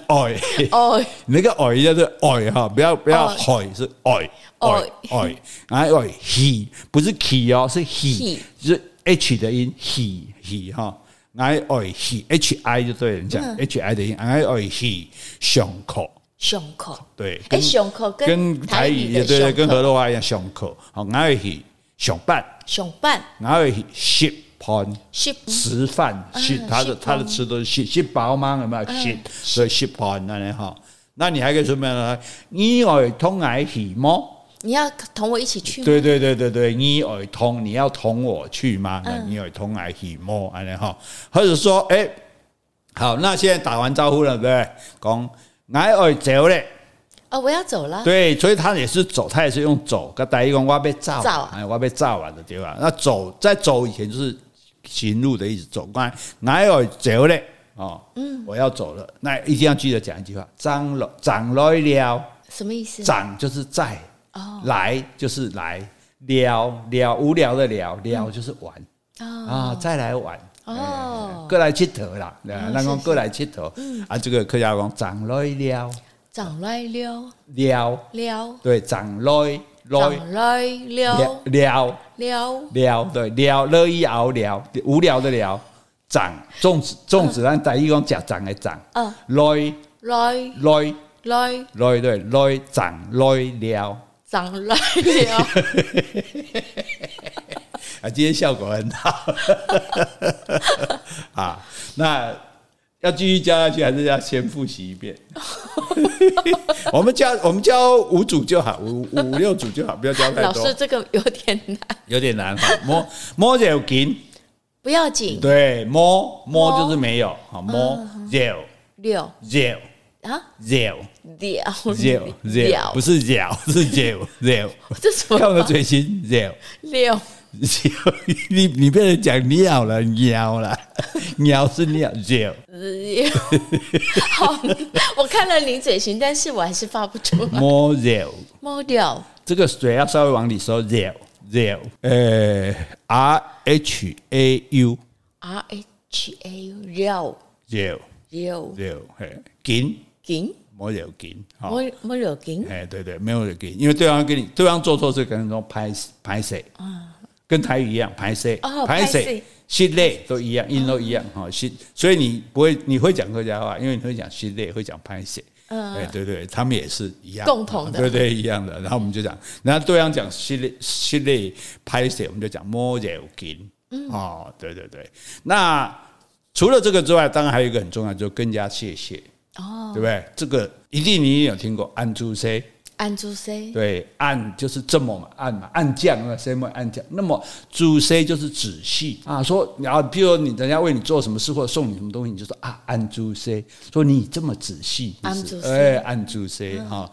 A: 爱。
B: 哦
A: 那个“爱”就是“爱”哈，不要不要“海”是“爱”爱爱，然后“爱哎 he” 不是 “he” 哦，是 “he”，
B: He
A: 就是 “h” 的音 “he he” 哈，爱爱 he h i 就对人讲 h i 的音，爱爱 he 上课
B: 上课，
A: 对，
B: 哎上课跟
A: 跟台语也对，
B: 台语的上课
A: 跟河洛话一样上课，好，爱 he 上班，
B: 上班
A: 爱 he 吃饭。
B: 是
A: 吃饭吃，他的
B: 吃饭
A: 他的吃都是吃吃饱吗？有没有吃？所以吃饱那呢哈。那你还可以说什么呢？你耳通来喜吗？
B: 你要同我一起去吗？
A: 对对对对对，你耳通，你要同我去吗？那你耳通来喜吗？安尼哈，或者说，哎、好，那现在打完招呼了，对不对？讲来耳走嘞，
B: 哦，我要走 *laughs* 了。
A: 对，所以他也是走，他也是用走，跟大家讲我被炸
B: 走啊
A: 哎，我被炸完的对吧？那走在走以前就是行路的意思，走过哪有走嘞？哦，嗯，我要走了，那一定要记得讲一句话：长了，长来了，
B: 什么意思？
A: 长就是在，
B: 嗯哦
A: 来就是来，了了无聊的了
B: 嗯
A: 了就是玩啊，再来玩。
B: 哦，
A: 过来佚佗啦，对吧
B: 嗯
A: 咱
B: 是
A: 讲
B: 是嗯
A: 过来佚佗啊，这个客家讲长来了
B: 长来了
A: 了，
B: 了，
A: 对，长来来
B: 长来了
A: 聊聊
B: 了，
A: 聊，对聊乐意熬聊，无聊的聊，长粽子粽子，咱台语讲食长的长，
B: 嗯，
A: 来
B: 来
A: 来
B: 来
A: 来对来长来聊，
B: 长
A: *laughs*
B: 来了，
A: 啊，今天效果很好， *laughs* 啊，那要继续教下去，还是要先复习一遍？ *laughs* 我们教我们教五组就好，五五六组就好，不要教太
B: 老
A: 多
B: 师，这个有点难，
A: 有点难哈，摸摸着有劲。
B: 不要紧。
A: 对，摸摸就是没有，好摸绕
B: 了
A: 绕
B: 啊
A: 绕
B: 了
A: 绕绕，
B: 了
A: 不，是绕 *laughs* 是绕绕，
B: 这什
A: 看我的
B: 么
A: 嘴型绕
B: 了？
A: 绕， *laughs* 你你变成讲尿了尿了， *laughs* 尿是尿绕，
B: *laughs* 好，我看了零嘴型，但是我还是发不出
A: *laughs*
B: 来。
A: 摸绕，
B: 摸掉
A: 这个嘴要稍微往里收，绕绕，呃，R H A U
B: R H A 绕
A: 绕
B: 绕
A: 绕，嘿，紧
B: 紧，
A: 摸绕紧，好。
B: 摸摸绕紧，
A: 哎，对对，没有人给你，因为对方给你，对方做错事，可能说拍拍谁，跟台语一样，拍谁
B: 啊哦，
A: 拍
B: 拍
A: 谁
B: 谁，
A: 系列都一样，音都一样哈，系，所以你不会，你会讲客家话，因为你会讲系列，会讲拍谁。
B: 嗯
A: 哎，对对，他们也是一样，
B: 共同的
A: 对对一样的。然后我们就讲，然后对方讲系列系列拍谁，我们就讲摸着金，
B: 嗯
A: 哦，对对对。那除了这个之外，当然还有一个很重要，就是更加谢谢，
B: 哦，
A: 对不对？这个一定你也有听过，安珠 C。
B: 按住 C
A: 对，按就是这么嘛，按嘛，按降那 C 嘛，按降。那么主 C 就是仔细啊，说然后，譬如你人家为你做什么事或者送你什么东西，你就说啊，按主 C，说你这么仔细，
B: 按
A: 就是
B: 主 C
A: 哎，按主 C 哈，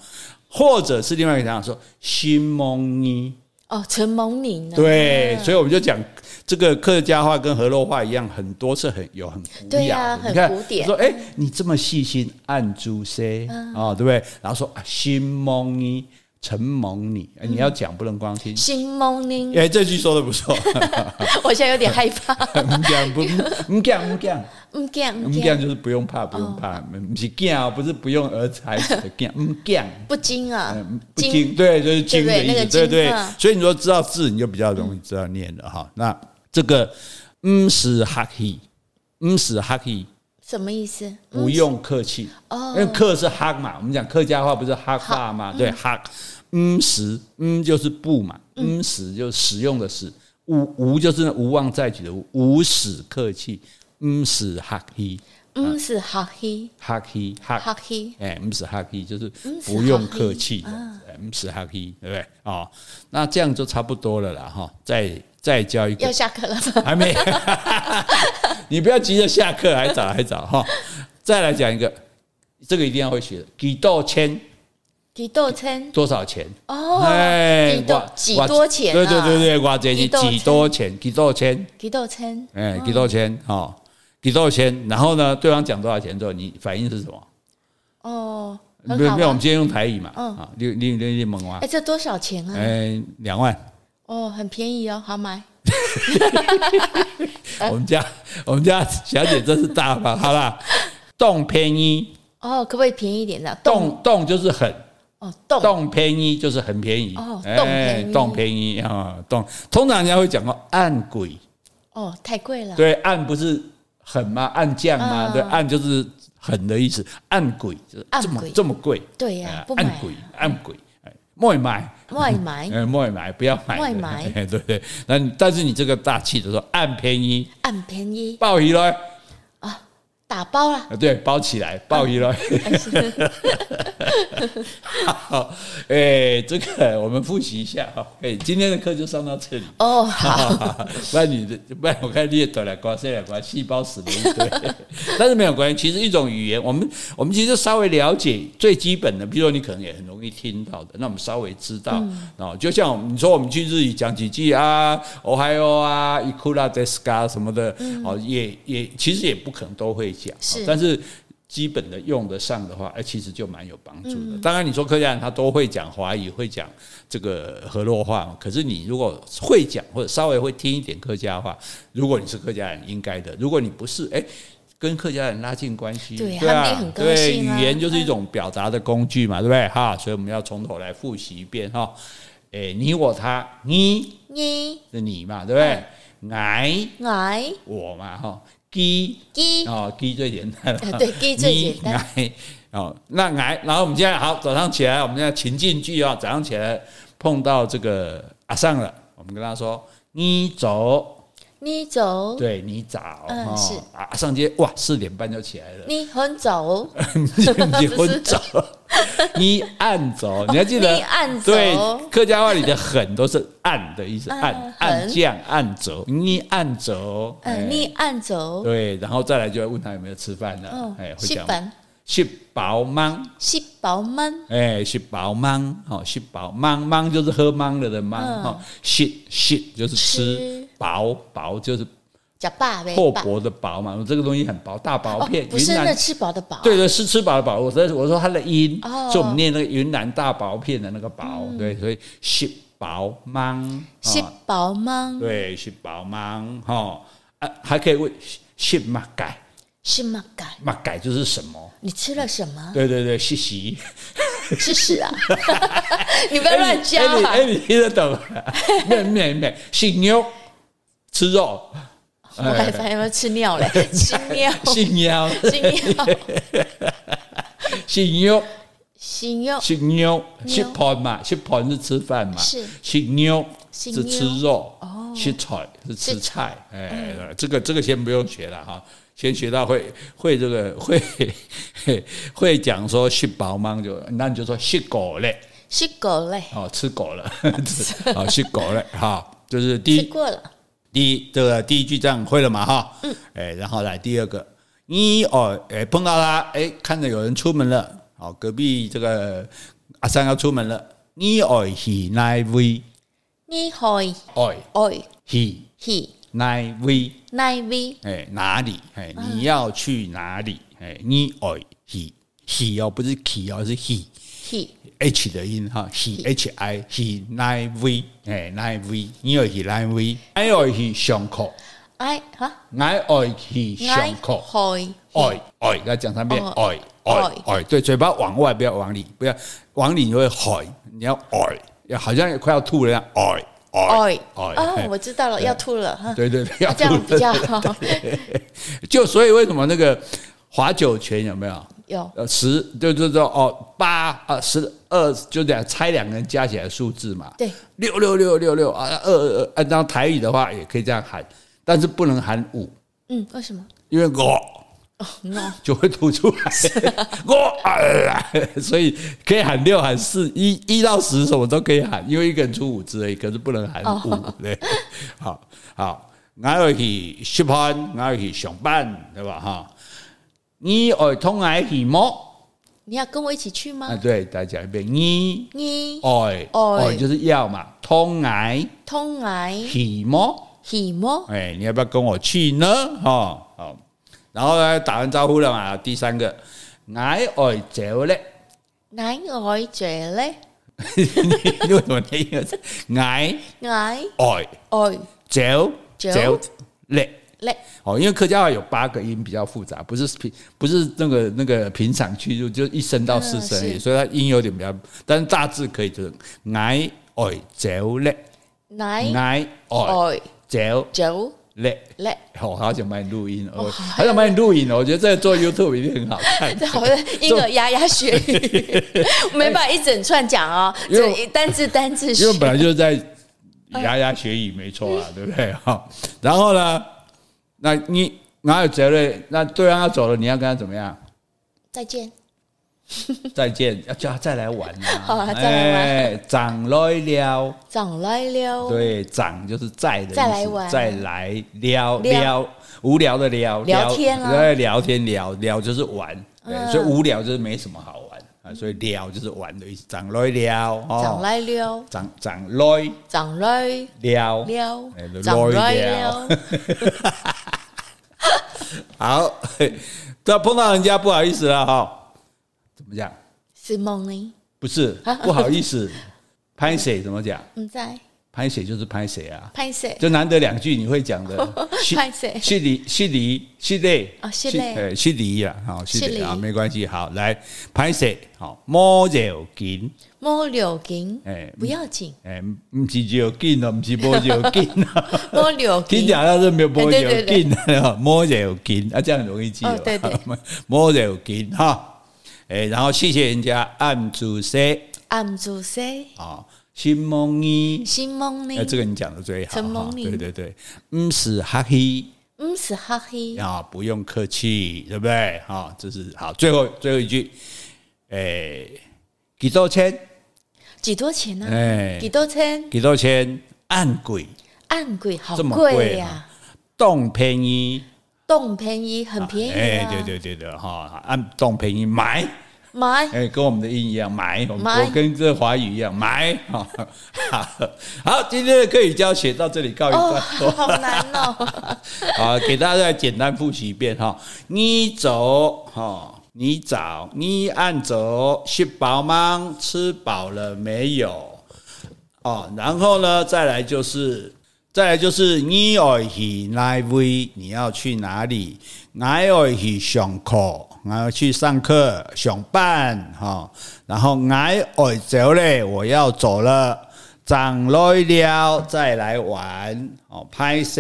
A: 或者是另外一个讲法说心蒙你，
B: 哦，承蒙您呢？
A: 对，所以我们就讲这个客家话跟河洛话一样，很多是很有很古
B: 对
A: 雅
B: 呀
A: 的，
B: 很
A: 你看
B: 古典
A: 说哎、嗯哦你这么细心按珠 C 啊、对不对？然后说啊，心蒙你。承蒙你，哎你要讲不能光听。
B: 新 morning，
A: 哎、这句说的不 *laughs* 错，
B: *laughs* 我现在有点害怕。 *laughs*
A: 唔讲不唔讲唔讲
B: 嗯，这样，
A: 唔哦
B: 这样
A: 讲，就是不用怕，不用怕，不是讲，不是不用儿子孩子的讲，唔讲。
B: 不精啊
A: 嗯，不精，，对，就是精的意思，对
B: 对不对
A: 对
B: 那个精嗯。
A: 所以你说知道字，你就比较容易知道念了哈。那这个嗯是哈气，嗯是哈气，
B: 什么意思？嗯
A: 不用客气，因
B: 哦
A: 为客是哈嘛，我们讲客家话不是哈话嘛，对哈。嗯时嗯就是不嘛，嗯时就是使用的时，无无就是无望再举的无，无使客气，嗯是哈气，
B: 嗯，是哈黑，
A: 哈气哈
B: 哈黑，
A: 哎，唔使客气，就是
B: 唔使
A: 不用客
B: 客气
A: 气的，
B: 嗯
A: 哎唔使客气，对不对？哦，那这样就差不多了啦，哈，再再教一
B: 要
A: 个，
B: 下课了吗？
A: 还没， *laughs* 你不要急着下课，还早还早哈。再来讲一个，这个一定要会学的，几多钱
B: 几多钱？
A: 多少钱？
B: 哦，
A: 哎
B: 几多
A: 我
B: 几
A: 我
B: 多钱？啊
A: 对对对，对，哇，这
B: 几
A: 是
B: 多钱
A: 几多钱？几多钱？
B: 几多钱？
A: 哎，几多钱？哦，几多钱？然后呢，对方讲多少钱之后，你反应是什么？
B: 哦，
A: 没
B: 很
A: 有
B: 好
A: 没有，我们
B: 玩。
A: 今天用台语嘛，
B: 嗯
A: 啊，你你你你问我。
B: 哎，这多少钱啊？
A: 哎，两万，
B: 哦，很便宜哦，好买。哎
A: 我们家 *laughs* 我们家小姐真是大
B: *laughs*
A: 方，好啦，动偏一，
B: 哦，可不可以便宜一点的？
A: 动动就是很，
B: 哦，动
A: 动偏一就是很便宜，
B: 哦
A: 哎
B: 动便宜
A: 动便宜啊，动，通常人家会讲到按轨，
B: 哦，太贵了。
A: 对，按不是很吗？按降吗？
B: 嗯
A: 对，按就是很的意思，按轨就是
B: 按
A: 这么
B: 轨
A: 这么贵，
B: 对呀
A: 哎，
B: 不买
A: 按轨按轨，哎莫买。
B: 外买
A: 哎，莫买，不要买，
B: 莫买
A: *laughs* 哎对对。那你但是你这个大气的说，按便宜，
B: 按便宜
A: 鲍鱼了。
B: 打包啦。
A: 啊，对，包起
B: 嗯
A: 来，鲍鱼了。
B: *laughs*
A: *laughs* 好，哎、这个我们复习一下哈。哎、今天的课就上到这里。
B: 哦，好，
A: *laughs* 不然你的，不然我看你也短来瓜，塞来瓜，细胞死了一堆。 *laughs* 但是没有关系，其实一种语言，我们我们其实稍微了解最基本的，比如说你可能也很容易听到的，那我们稍微知道哦。就像我们你说我们去日语讲几句啊，Ohio 啊，Ikura deska 什么的，哦，也也其实也不可能都会讲，哦
B: 是
A: 但是。基本的用得上的话，哎，其实就蛮有帮助
B: 嗯
A: 的。当然，你说客家人他都会讲华语，会讲这个河洛话，可是你如果会讲或者稍微会听一点客家话，如果你是客家人，应该的；如果你不是，哎。跟客家人拉近关系，
B: 对
A: 对
B: 他们也
A: 啊
B: 很，高
A: 对，
B: 兴啊
A: 语言就是一种表达的工具嘛，对不对？哈，所以我们要从头来复习一遍哈。哎，你我他，你
B: 你
A: 是你嘛，对不
B: 嗯
A: 对？挨
B: 来
A: 我嘛，哈，鸡
B: 一
A: 哦，鸡最简单了，
B: 呃对鸡最简单
A: 你。来哦，那来，然后我们现在好，早上起来，我们现在情境剧啊，早上起来碰到这个阿尚了，我们跟他说你走，
B: 你走，
A: 对你早，
B: 哦嗯
A: 哦
B: 是
A: 啊，阿尚今天哇四点半就起来了，
B: 你很走，
A: *laughs* 哎你昏走，你按走，你还记得？
B: 哦你按走
A: 对，客家话里的狠都是按的意思，
B: 嗯
A: 按
B: 狠
A: 按降按走，你按走，哎
B: 嗯，你按走，
A: 对，然后再来就要问他有没有吃饭了
B: 嗯，
A: 哎，，会
B: 是
A: 讲
B: 本
A: 吃饱吗？
B: 是饱满，
A: 哎，是饱芒，哦，是饱芒芒就是喝芒了的芒，
B: 嗯
A: 哦，shit shit 就是吃
B: 吃，
A: 薄薄就是
B: 假饱呗，
A: 厚
B: 饱
A: 薄的薄嘛，这个东西很薄，大薄
B: 哦
A: 片，，
B: 不
A: 云
B: 是那
A: 南。
B: 吃饱的饱，
A: 对，对，是吃饱的饱，我说我说它的音，
B: 哦嗯
A: 所以我们念那个云南大薄片的那个薄，对，所以是薄芒，
B: 是
A: 哦
B: 饱满，
A: 对，是薄芒，哈、哦，啊，还可以问是马改，
B: 是吗？改，
A: 马改就是什么？
B: 你吃了什么？
A: 对对对，是习。
B: 是屎啊！ *laughs* 你不要乱加
A: 哎你哎
B: 啊！
A: 你哎你听得
B: *laughs*
A: 懂？没没没，姓牛吃肉，
B: *laughs* 我
A: 哎
B: 还发现要吃尿嘞，
A: *laughs*
B: 吃尿，
A: 姓牛
B: 吃尿，
A: *laughs* 姓牛
B: 行哟，
A: 姓牛
B: 牛
A: 吃盘嘛，吃盘是吃饭嘛，
B: 是
A: 姓牛
B: 吃
A: 是吃
B: 牛
A: 肉，吃菜是吃
B: 吃
A: 菜，哎，这个这个先不用学了哈。先学到会会这个会 *laughs* 会讲说吃饱吗？就那你就说吃狗嘞，
B: 是狗嘞，
A: 哦，吃狗了， *laughs* 哦，吃狗嘞，哈，就是第
B: 吃
A: 一
B: 过了，
A: 第一这个第一句这样会了嘛哈，嗯，哎，然后来第二个，你哦，哎碰到他，哎看着有人出门了，好，隔壁这个阿三要出门了，你哦喜奈威，
B: 你会
A: 哦
B: 爱
A: 喜
B: 去
A: 奈威，
B: 哪位？
A: 哎哪里，哎你要去哪里，哎你哦喜喜哦不是喜哦是喜，
B: 去
A: H 的音哈，he H I he nine V 哎 nine V，你有 he nine V，I 有 he 胸口
B: 哎哈，
A: ，I 有 he 胸口。
B: 会
A: 哎哎，要讲三遍
B: 哦，
A: 哎哎
B: 哎
A: 哎，对，嘴巴往外，不要往里，不要往里你会哎，你要哎，要好像快要吐了一样，哎哎
B: 哎哦
A: 哎，，
B: 我知道了，要吐了哈，
A: 对对，不要
B: 这
A: 吐
B: 样比较
A: 了。
B: 好。
A: *laughs* 就所以为什么那个划九拳有没有？
B: 有
A: 呃，十就就说哦，八啊，十二就两猜两个人加起来的数字嘛。
B: 对，
A: 六六六六六啊，二二二按照台语的话也可以这样喊，但是不能喊五，
B: 嗯，为什么？
A: 因为我。
B: 哦，no，
A: 就会吐出来。我啊， *laughs* 所以可以喊六喊四，一一到十什么都可以喊，因为一个人出五只而已，可是不能喊五。对，好好，我要去吃饭，我要去上班，对吧？哈，你耳通爱去么？
B: 你要跟我一起去
A: 啊，
B: 吗？
A: 对，再讲一遍，你
B: 你
A: 耳耳就是要嘛，通爱
B: 通来
A: 去么？
B: 喜么？
A: 哎，你要不要跟我去呢？哈、哦，好，然后呢，打完招呼了嘛，第三个，矮矮走嘞，
B: 奶爱嘴嘞，
A: *laughs* 你为什么念英文？矮
B: 奶
A: 矮
B: 爱
A: 哎走
B: 走
A: 走嘞。
B: 嘞，
A: 哦，因为客家话有八个音比较复杂，不是平不是那个那个平常去入，就一声到四声而已，
B: 嗯是
A: 所以它音有点比较，但是大致可以就是矮矮走嘞，
B: 奶
A: 矮矮
B: 爱
A: 走
B: 走
A: 嘞。
B: 嘞。
A: *laughs* 我哦好想帮你录音，哦，
B: 哦
A: 好想帮你录影哦。我觉得这个做 YouTube 一定很好看。
B: 这好像婴儿牙牙学语，没办法一整串讲哦，
A: 因为
B: 这单字单字
A: 因
B: 学
A: 为。本来就是在牙牙学语，没错啊，对不 *laughs* 对？哈，然后呢，那你哪有责任？那对方要走了，你要跟他怎么样？
B: 再见，
A: 再见，要叫他再来玩啊！
B: 好啊再来玩
A: 哎，长来了，
B: 长来了，
A: 对，长就是在的意思
B: 再来玩
A: 再来聊
B: 撩
A: 聊无聊的聊
B: 聊天啦
A: 对，聊天聊聊就是玩，对，
B: 嗯
A: 所以无聊就是没什么好玩啊，所以聊就是玩的意思，长来聊哦，
B: 长来了，
A: 长长来
B: 长来
A: 聊
B: 了
A: 哎，
B: 长来
A: 了
B: 了，
A: 好， *laughs* 嘿这碰到人家不好意思了哈、怎么讲？
B: 是梦呢？
A: 不是
B: 啊
A: 不好意思，拍谁怎么讲？
B: 唔在
A: 拍谁就是拍谁啊，
B: 拍谁？。
A: 就难得两句你会讲的
B: *laughs* 拍谁
A: 是礼是礼是礼
B: 哦是礼
A: 呃是礼啊，好是
B: 是
A: 礼
B: 礼
A: 啊，没关系，好来拍谁好摸着紧，
B: 摸柳紧
A: 哎，
B: 不要紧，
A: 哎，不是就紧哦，不是摸着紧哦。
B: 摸柳
A: 听
B: 紧
A: 起，来好像没有摸
B: 哎
A: 有
B: 对
A: *laughs*
B: 对
A: 筋，摸着有筋啊，这样容易记
B: 哦对对，
A: *laughs* 摸着有筋哈。哎，然后谢谢人家按主谁
B: 暗住谁？
A: 啊，心蒙伊，
B: 是梦呢
A: 哎，？这个你讲的最好
B: 陈
A: 哈
B: 蒙，尼
A: 对对对，嗯是哈嘿
B: 唔是哈黑，
A: 啊，不用客气，对不对？哈，这是好，最后最后一句，哎，几多钱？
B: 几多钱呢？
A: 哎
B: 嗯几多钱？
A: 几多钱？按贵，
B: 暗贵好
A: 这么
B: 贵
A: 贵
B: 呀
A: 啊，动便宜，
B: 动便宜很便宜
A: 哎
B: 啊，，
A: 对对对对哈，按动便宜买。
B: 买
A: 哎、跟我们的音一样，买，我们
B: 买
A: 我跟这华语一样，买哈。好，今天的课语教学到这里告一
B: 哦，
A: 段落。
B: 好难哦。
A: 好，给大家简单复习一遍哈。你走哈，你找你按走，吃饱吗？吃饱了没有？哦，然后呢，再来就是，再来就是你要去哪位？你要去哪里？我要去上课，我要去上课上班哈、然后我要走嘞，我要走了。长来了再来玩哦，拍摄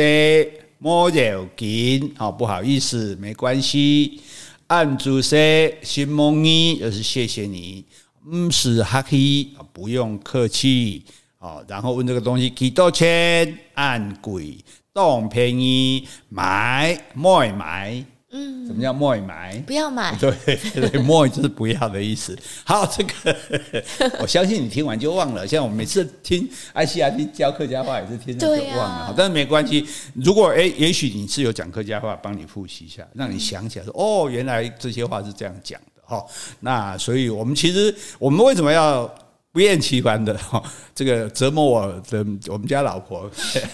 A: 摸着紧哦，不好意思，没关系。按住些心蒙你，就是谢谢你。嗯，是哈气，不用客气哦。然后问这个东西几多钱？按贵，当便宜，买莫买。嗯，怎么叫莫买？
B: 不要买，
A: 对对对，莫就是不要的意思。好，这个我相信你听完就忘了。像我每次听艾西亚听教客家话也是听着就
B: 对
A: 忘
B: 啊
A: 了，好但是没关系。如果哎、也许你是有讲客家话，帮你复习一下，让你想起来说，哦，原来这些话是这样讲的哈、那所以我们其实我们为什么要？不厌其烦的哈，这个折磨我的我们家老婆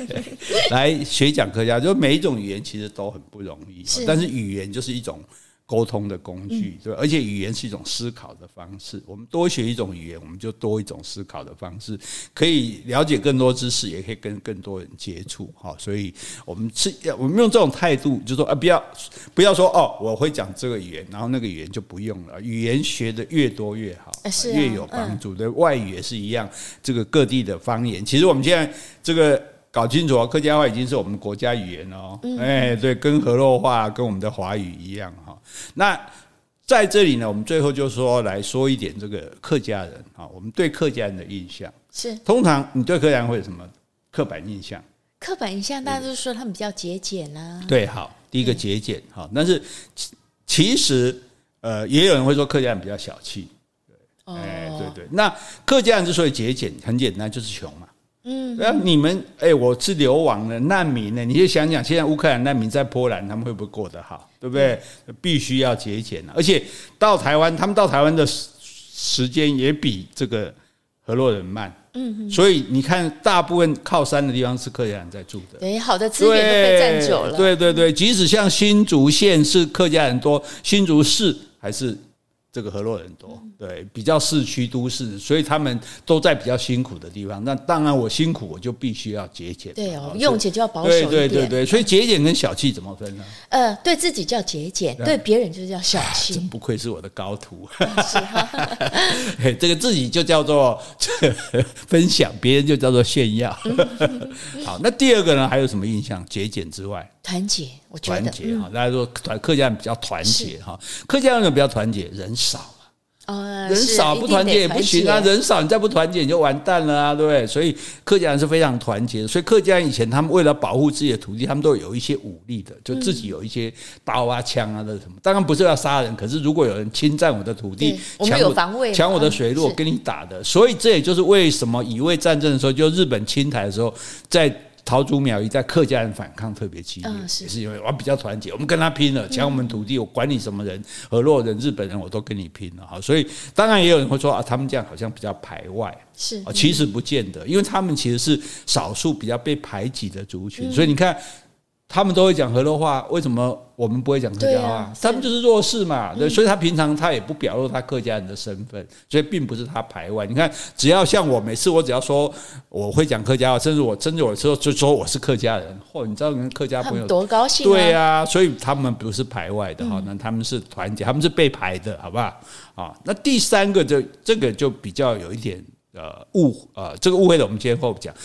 A: *laughs* 来学讲客家，就每一种语言其实都很不容易，
B: 是
A: 但是语言就是一种沟通的工具，对吧？而且语言是一种思考的方式，我们多学一种语言，我们就多一种思考的方式，可以了解更多知识，也可以跟更多人接触。好，所以我们是，我们用这种态度，就说啊，不要不要说哦，我会讲这个语言，然后那个语言就不用了。语言学的越多越好，
B: 呃是啊
A: 越有帮助。对，外语也是一样，这个各地的方言，其实我们现在这个。搞清楚哦，客家话已经是我们国家语言了哦。
B: 嗯
A: 哎，对，跟河洛话、跟我们的华语一样哈、那在这里呢，我们最后就说来说一点这个客家人啊，我们对客家人的印象。
B: 是
A: 通常你对客家人会有什么刻板印象？
B: 刻板印象，大家都说他们比较节俭啊，
A: 对，好，第一个节俭
B: 嗯
A: 哈，但是其其实呃，也有人会说客家人比较小气。
B: 哦，
A: 哎，对对，那客家人之所以节俭，很简单，就是穷嘛。
B: 嗯，
A: 那你们哎，我是流亡的难民呢，你就想想，现在乌克兰难民在波兰，他们会不会过得好？对不对？
B: 嗯
A: 必须要节俭啊！而且到台湾，他们到台湾的时时间也比这个河洛人慢。嗯，所以你看，大部分靠山的地方是客家人在住的。
B: 对，好的资源都被占久了，
A: 对对对，即使像新竹县是客家人多，新竹市还是这个河洛人多，对，比较市区都市，所以他们都在比较辛苦的地方。那当然，我辛苦我就必须要节俭嘛，
B: 对哦
A: 好，
B: 用钱就要保守
A: 对
B: 一点，
A: 对对对，所以节俭跟小气怎么分呢？
B: 呃，对自己叫节俭，对别人就是叫小
A: 真
B: 气，
A: 不愧是我的高徒，
B: 是哈，
A: *laughs* 嘿这个自己就叫做 *laughs* 分享，别人就叫做炫
B: *laughs*
A: 耀。好，那第二个呢，还有什么印象？节俭之外，
B: 团结，我觉
A: 团
B: 得嗯
A: 结哈，大家说团客家人比较团结哈，客家人比较团结，人少嘛，
B: 呃，
A: 人
B: 是
A: 少
B: 一
A: 不
B: 定
A: 团
B: 得
A: 结也不行啊，
B: 团结
A: 人少你再不团结你就完蛋了啊，对不对？所以客家人是非常团结的，所以客家人以前他们为了保护自己的土地，他们都有一些武力的，就自己有一些刀啊、枪啊的什么，当然不是要杀人，可是如果有人侵占我的土地
B: 对，我们
A: 抢
B: 有
A: 我
B: 防卫嘛嗯
A: 抢我的水路，
B: 是
A: 我跟你打的，所以这也就是为什么乙未战争的时候，就日本侵台的时候，在。桃竹苗一带客家人反抗特别激烈，
B: 嗯是
A: 也是因为我们比较团结，我们跟他拼了，抢我们土地，我管你什么人，俄罗人、日本人，我都跟你拼了哈。所以当然也有人会说啊，他们这样好像比较排外，
B: 是嗯
A: 啊，其实不见得，因为他们其实是少数比较被排挤的族群，
B: 嗯
A: 所以你看。他们都会讲河洛话，为什么我们不会讲客家
B: 对
A: 话？
B: 啊嗯是
A: 他们就是弱势嘛，对，所以他平常他也不表露他客家人的身份，所以并不是他排外。你看，只要像我每次我只要说我会讲客家话，甚至我真的有时候就说我是客家人，嚯，你知道人家客家
B: 他
A: 朋友
B: 们多高兴啊，嗯
A: 对啊，所以他们不是排外的哈，那、他们是团结，他们是被排的，好不好？啊，那第三个就这个就比较有一点呃误呃，这个误会了，我们今天后讲。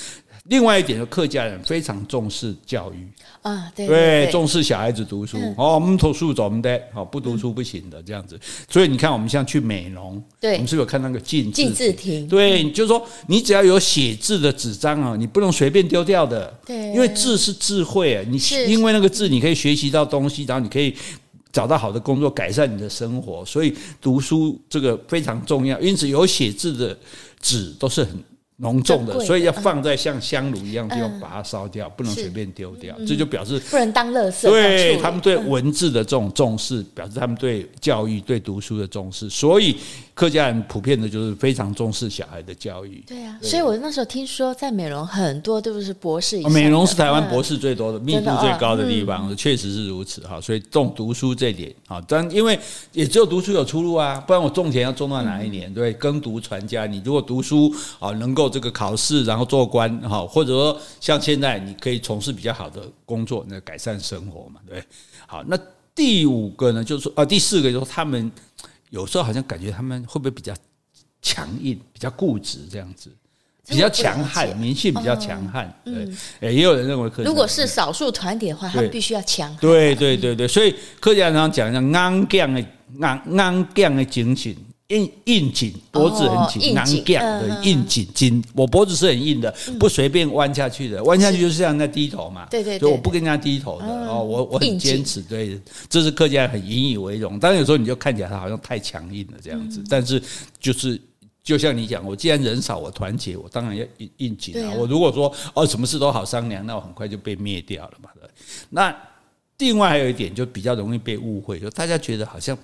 A: 另外一点，就客家人非常重视教育，
B: 啊，对
A: 对，
B: 对，嗯
A: 重视小孩子读书。哦，我们读书怎么的？哦，不读书不行的，这样子。所以你看，我们像去美容，
B: 对
A: 我们是不是有看那个禁
B: 禁
A: 字
B: 字亭，
A: 对，你就说你只要有写字的纸张啊，你不能随便丢掉的。
B: 对
A: 因为字是智慧啊，你
B: 是
A: 因为那个字，你可以学习到东西，然后你可以。找到好的工作，改善你的生活，所以读书这个非常重要。因此，有写字的纸都是很隆重
B: 珍
A: 的，
B: 贵的
A: 所以要放在像香炉一样的地方
B: 嗯
A: 把它烧掉，不能
B: 是
A: 随便丢掉。这就表示
B: 不能当垃圾到处
A: 对
B: 理
A: 他们对文字的这种重视，表示他们对教育、对读书的重视。所以客家人普遍的就是非常重视小孩的教育。
B: 对啊，所以我那时候听说，在美容很多都是博士以上
A: 哦
B: 的，啊
A: 美容是台湾博
B: 士
A: 士最多的、密
B: 真
A: 度
B: 的
A: 最
B: 哦
A: 高的地方，确实是如此哈。所以重读书这点啊，但因为也只有读书有出路啊，不然我种田要种到哪一
B: 嗯
A: 年？对，耕读传家。你如果读书啊，能够这个考试，然后做官哈，或者说像现在你可以从事比较好的工作，那改善生活嘛，对。好，那第五个呢，就是说啊，第四个就是他们有时候好像感觉他们会不会比较强硬、比较固执这样子。
B: 这
A: 比较
B: 个不了
A: 强悍
B: 解，
A: 民性比较强悍，对，也有人认为客家人
B: 如果是少数团体的话，他们
A: 对
B: 必须要
A: *laughs*
B: 强，
A: 对对对对，所以客家人常讲叫昂犟的昂昂犟的精神。硬硬颈，脖子很紧，
B: 哦
A: 昂
B: 硬颈
A: 犟
B: 嗯
A: 的
B: 嗯
A: 硬颈紧，我脖子是很硬的，不随便弯下去的，弯下去就是像在低头嘛。
B: 对对对
A: 所以我不跟人家低头的哦，我我很
B: 硬颈
A: 坚持，对，这是客家人很引以为荣。当然有时候你就看起来他好像太强硬了这样子，但是就是就像你讲，我既然人少，我团结，我当然要应应景
B: 对
A: 啊
B: 啊。
A: 我如果说哦，什么事都好商量，那我很快就被灭掉了嘛。对那另外还有一点，就比较容易被误会，就大家觉得好像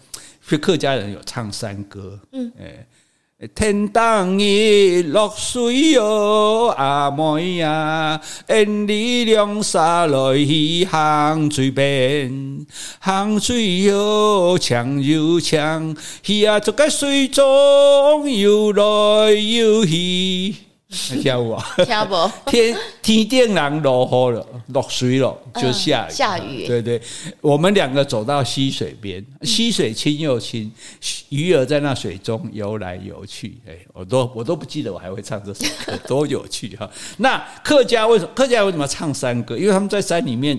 A: 是客家人有唱山歌，嗯，哎、天当日落水哟，阿妹啊，因你两沙来去行水边，行水哟，抢又抢，鱼啊，这个水中游来游去。跳舞
B: *laughs*
A: 啊！
B: 听不？
A: 天天顶人落雨了，落水了就下雨、
B: 嗯下雨
A: 对对，我们两个走到溪水边，溪水清又清，鱼儿在那水中游来游去。哎，我都我都不记得我还会唱这首歌，多有趣哈、 *laughs* 那客家为什么客家为什么唱山歌？因为他们在山里面，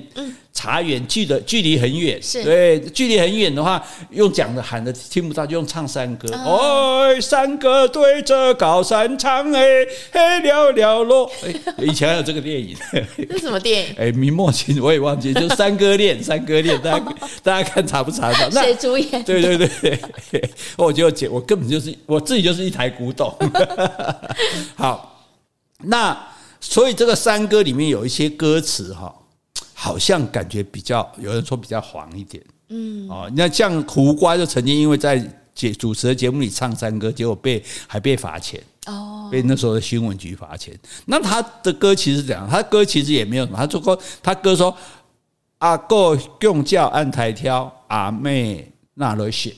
A: 茶园距的距离很远，
B: 是
A: 对，距离很远的话，用讲的喊的听不到，就用唱山歌。哦，山歌对着高山唱，哎哎了了咯。哎，以前还有这个电影。
B: 这是什么电影？
A: 哎，明末清我也忘记，就三哥恋，三哥恋，大家大家看查不查得到？那
B: 谁主演？
A: 对对对，对我就解，我根本就是我自己就是一台古董。 *laughs* 好，那所以这个山歌里面有一些歌词哈，好像感觉比较有人说比较黄一点，嗯，哦，那像胡瓜就曾经因为在节主持的节目里唱山歌，结果被还被罚钱。
B: 哦，
A: 被那时候的新闻局罚钱。那他的歌其实是这样，他歌其实也没有什么，他就说他歌说阿哥用脚按台挑，阿妹拿了血，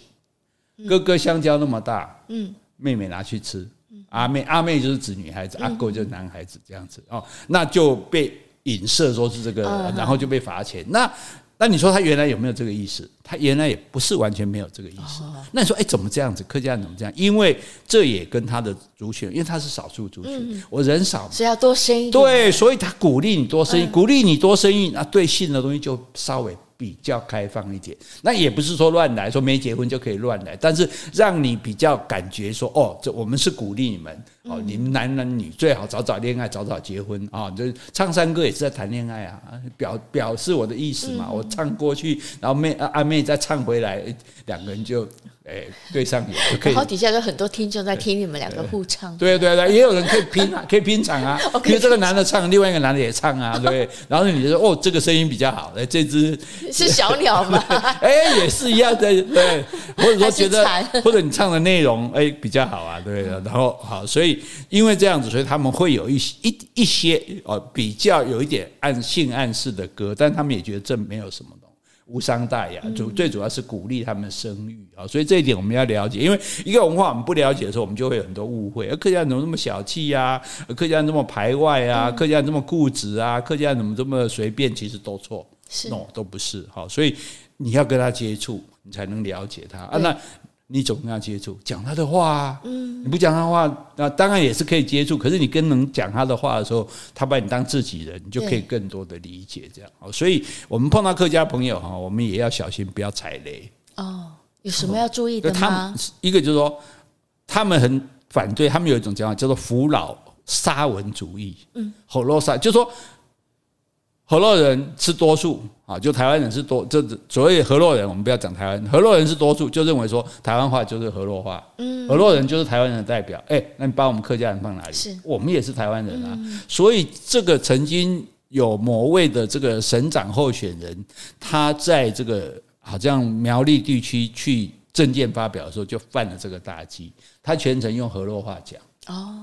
A: 哥哥香蕉那么大，
B: 嗯，
A: 妹妹拿去吃。阿妹，阿妹就是指女孩子，阿狗就是男孩子这样子哦，那就被影射说是这个，然后就被罚钱。那那你说他原来有没有这个意思？他原来也不是完全没有这个意思。那你说，哎，怎么这样子？客家人怎么这样？因为这也跟他的族群，因为他是少数族群，我人少嘛，
B: 所以要多生一点。，嗯
A: 对，所以他鼓励你多生育，鼓励你多生育，那对性的东西就稍微比较开放一点。那也不是说乱来，说没结婚就可以乱来，但是让你比较感觉说，哦，这我们是鼓励你们
B: 嗯
A: 哦，你们男男女最好早早恋爱，早早结婚啊、哦。就是唱山歌也是在谈恋爱啊，表表示我的意思
B: 嗯
A: 嘛。我唱过去，然后妹啊阿妹再唱回来，两个人就。哎，对上眼就可以
B: 然后底下有很多听众在听你们两个互唱。
A: 对对对，也有人可以拼
B: *laughs*
A: 啊，可以拼场啊，
B: 我可以
A: 比如这个男的唱，另外一个男的也唱
B: *laughs*
A: 啊，对不对。然后你就说哦，这个声音比较好，哎，这只
B: 是小鸟吗？
A: *laughs* 哎也是一样的，对，或者说觉得
B: 还是，
A: *laughs* 或者你唱的内容哎比较好啊，对不对。然后好，所以因为这样子，所以他们会有一些一一些哦比较有一点暗性暗示的歌，但他们也觉得这没有什么东西。无伤大雅，主最主要是鼓励他们生育啊，所以这一点我们要了解，因为一个文化我们不了解的时候，我们就会有很多误会。而客家人怎么那么小气啊？客家人这么排外啊？客家人这么固执啊？客家人怎么这么随便？其实都错
B: 是
A: ，no 都不是好，所以你要跟他接触，你才能了解他啊。那你总跟他接触，讲他的话啊，嗯，你不讲他的话，那当然也是可以接触，可是你跟能讲他的话的时候，他把你当自己人，你就可以
B: 对
A: 更多的理解这样。哦所以我们碰到客家朋友哈，我们也要小心，不要踩雷。
B: 哦，有什么要注意的
A: 他
B: 吗
A: 们？一个就是说，他们很反对，他们有一种讲法叫做“扶老沙文主义”，嗯，吼洛沙，就是说。河洛人是多数啊，就台湾人是多，这所谓河洛人，我们不要讲台湾，河洛人是多数，就认为说台湾话就是河洛话，嗯，河洛人就是台湾人的代表，哎、那你把我们客家人放哪里？
B: 是
A: 我们也是台湾人啊，所以这个曾经有某位的这个省长候选人，他在这个好像苗栗地区去政见发表的时候，就犯了这个大忌，他全程用河洛话讲。
B: 哦，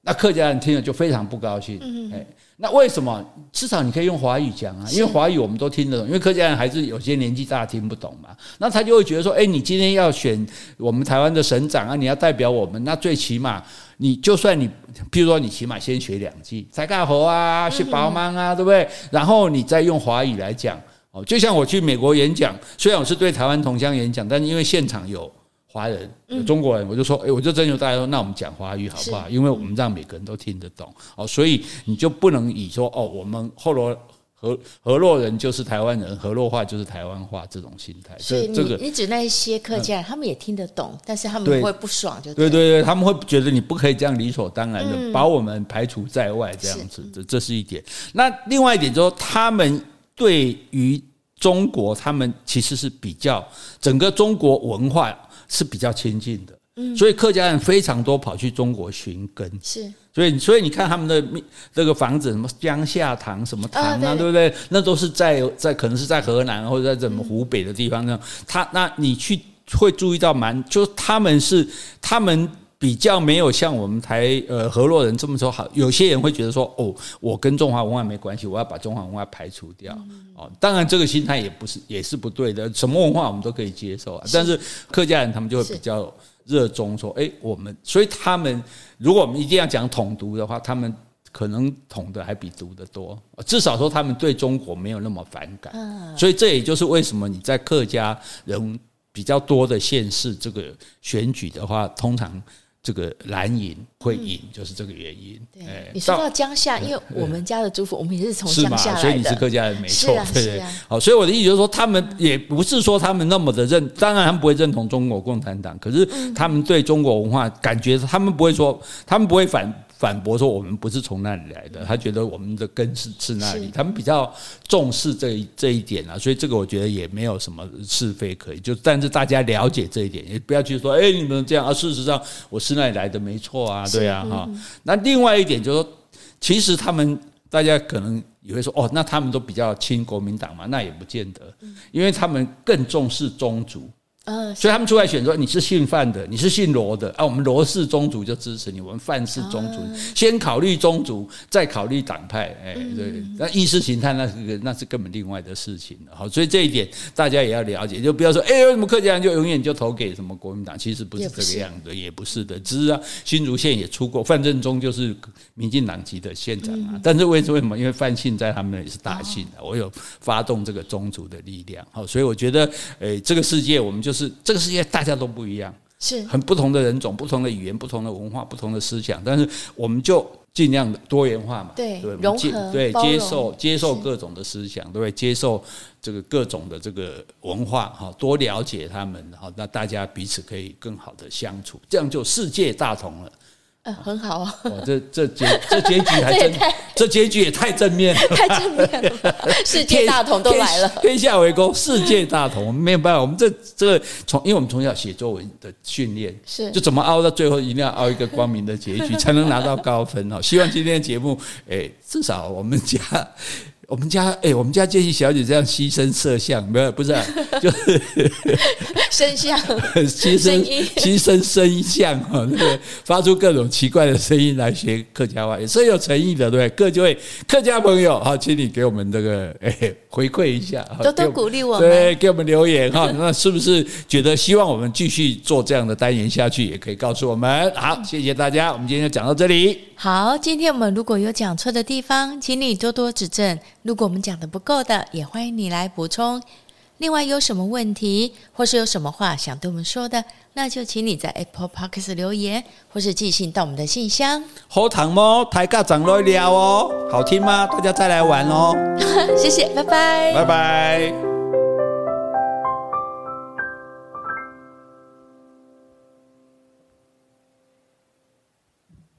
A: 那客家人听了就非常不高兴。哎，那为什么？至少你可以用华语讲啊，因为华语我们都听得懂，因为客家人还是有些年纪大听不懂嘛。那他就会觉得说，哎，你今天要选我们台湾的省长啊，你要代表我们，那最起码。你就算你，譬如说你起码先学两季，才干活啊，去帮忙啊，对不对？然后你再用华语来讲，哦，就像我去美国演讲，虽然我是对台湾同乡演讲，但是因为现场有华人、有中国人，我就说，哎、我就征求大家说，那我们讲华语好不好？因为我们让每个人都听得懂哦，所以你就不能以说哦，我们后罗河河洛人就是台湾人，河洛话就是台湾话这种心态，
B: 所
A: 这
B: 以你
A: 这个。
B: 你指那一些客家人，他们也听得懂，但是他
A: 对
B: 们会不爽，就
A: 对
B: 对。
A: 对对，他们会觉得你不可以这样理所当然的、
B: 嗯
A: 把我们排除在外，这样子，这这是一点。那另外一点就是说，他们对于中国，他们其实是比较整个中国文化是比较亲近的，
B: 嗯
A: 所以客家人非常多跑去中国寻根。
B: 是
A: 所以，所以你看他们的密那个房子，什么江夏堂、什么堂啊，
B: 啊对
A: 对不对？那都是在在可能是在河南或者在什么湖北的地方那样。他那你去会注意到蛮，就是他们是他们比较没有像我们台呃河洛人这么说好，有些人会觉得说哦，我跟中华文化没关系，我要把中华文化排除掉、哦。当然，这个心态也不是也是不对的，什么文化我们都可以接受啊。但是客家人他们就会
B: 是
A: 比较热衷说，哎、我们所以他们如果我们一定要讲统独的话，他们可能统的还比独的多，至少说他们对中国没有那么反感。所以这也就是为什么你在客家人比较多的县市这个选举的话，通常这个蓝营会赢，就是这个原因。哎
B: 对，你说到江夏，因为我们家的祖父，我们也是从
A: 是
B: 乡
A: 嘛？
B: 下
A: 所以
B: 来
A: 你是
B: 的，
A: 客家人没
B: 是
A: 错，
B: 啊
A: 对
B: 是
A: 对
B: 啊
A: 好，所以我的意思就是说，他们也不是说他们那么的认，当然他们不会认同中国共产党，可是
B: 嗯
A: 他们对中国文化感觉，他们不会说，他们不会反。反驳说我们不是从那里来的，他觉得我们的根是是那
B: 是
A: 里，他们比较重视这一这一点啊，所以这个我觉得也没有什么是非可以，就但是大家了解这一点，也不要去说哎、你们这样啊，事实上我是那里来的没错啊，对
B: 嗯
A: 啊哈、那另外一点就是说，其实他们大家可能也会说，哦，那他们都比较亲国民党嘛，那也不见得，因为他们更重视宗族，
B: 嗯，
A: 所以他们出来选说你是姓范的，你是姓罗的啊，我们罗氏宗族就支持你，我们范氏宗族、先考虑宗族，再考虑党派，哎，对，那意识形态那是个那是根本另外的事情了，好，所以这一点大家也要了解，就不要说哎，为什么客家人就永远就投给什么国民党，其实不是
B: 也不
A: 这
B: 是
A: 个样子，也不是的，只是啊，新竹县也出过范振中就是民进党籍的县长
B: 嗯
A: 啊，但是为什么？因为范姓在他们那里是大姓啊，
B: 哦
A: 我有发动这个宗族的力量，好，所以我觉得，诶，这个世界我们就是这个世界大家都不一样，
B: 是
A: 很不同的人种、不同的语言、不同的文化、不同的思想，但是我们就尽量多元化嘛，
B: 对
A: 对，我们
B: 融
A: 接
B: 合
A: 对
B: 包容
A: 接受接受
B: 是
A: 各种的思想，对不对？接受这个各种的这个文化，哈，多了解他们，好，那大家彼此可以更好的相处，这样就世界大同了。
B: 嗯，很好啊，
A: 哇，这这结这结局还
B: 这 *laughs* 也
A: 真
B: 太，
A: 这结局也太正面了。
B: 太正面了，世界大同都来了
A: 天，天下为公，世界大同。我们没有办法，我们这这从，因为我们从小写作文的训练，
B: 是
A: 就怎么熬到最后，一定要熬一个光明的结
B: *laughs*
A: 局，才能拿到高分哦。希望今天的节目，哎，至少我们家。我们家哎、我们家建议小姐这样牺牲色相，没有不是啊、就是
B: 身相
A: *laughs* 牺牲
B: 声音
A: 牺牲声像哈，对不对？发出各种奇怪的声音来学客家话，也是有诚意的，对不对？各位客家朋友，好，请你给我们这个 *laughs* 哎、回馈一下，好
B: 多多
A: 给
B: 鼓励我们
A: 对，给我们留言哈。 *laughs* 那是不是觉得希望我们继续做这样的单元下去？也可以告诉我们。
B: 嗯
A: 好，谢谢大家，我们今天就讲到这里。
B: 好，今天我们如果有讲错的地方，请你多多指正。如果我们讲的不够的，也欢迎你来补充。另外，有什么问题或是有什么话想对我们说的，那就请你在 Apple Podcast 留言，或是寄信到我们的信箱。
A: 好糖猫抬杠长来聊哦，好听吗？大家再来玩哦，
B: 谢谢，拜拜
A: 拜拜。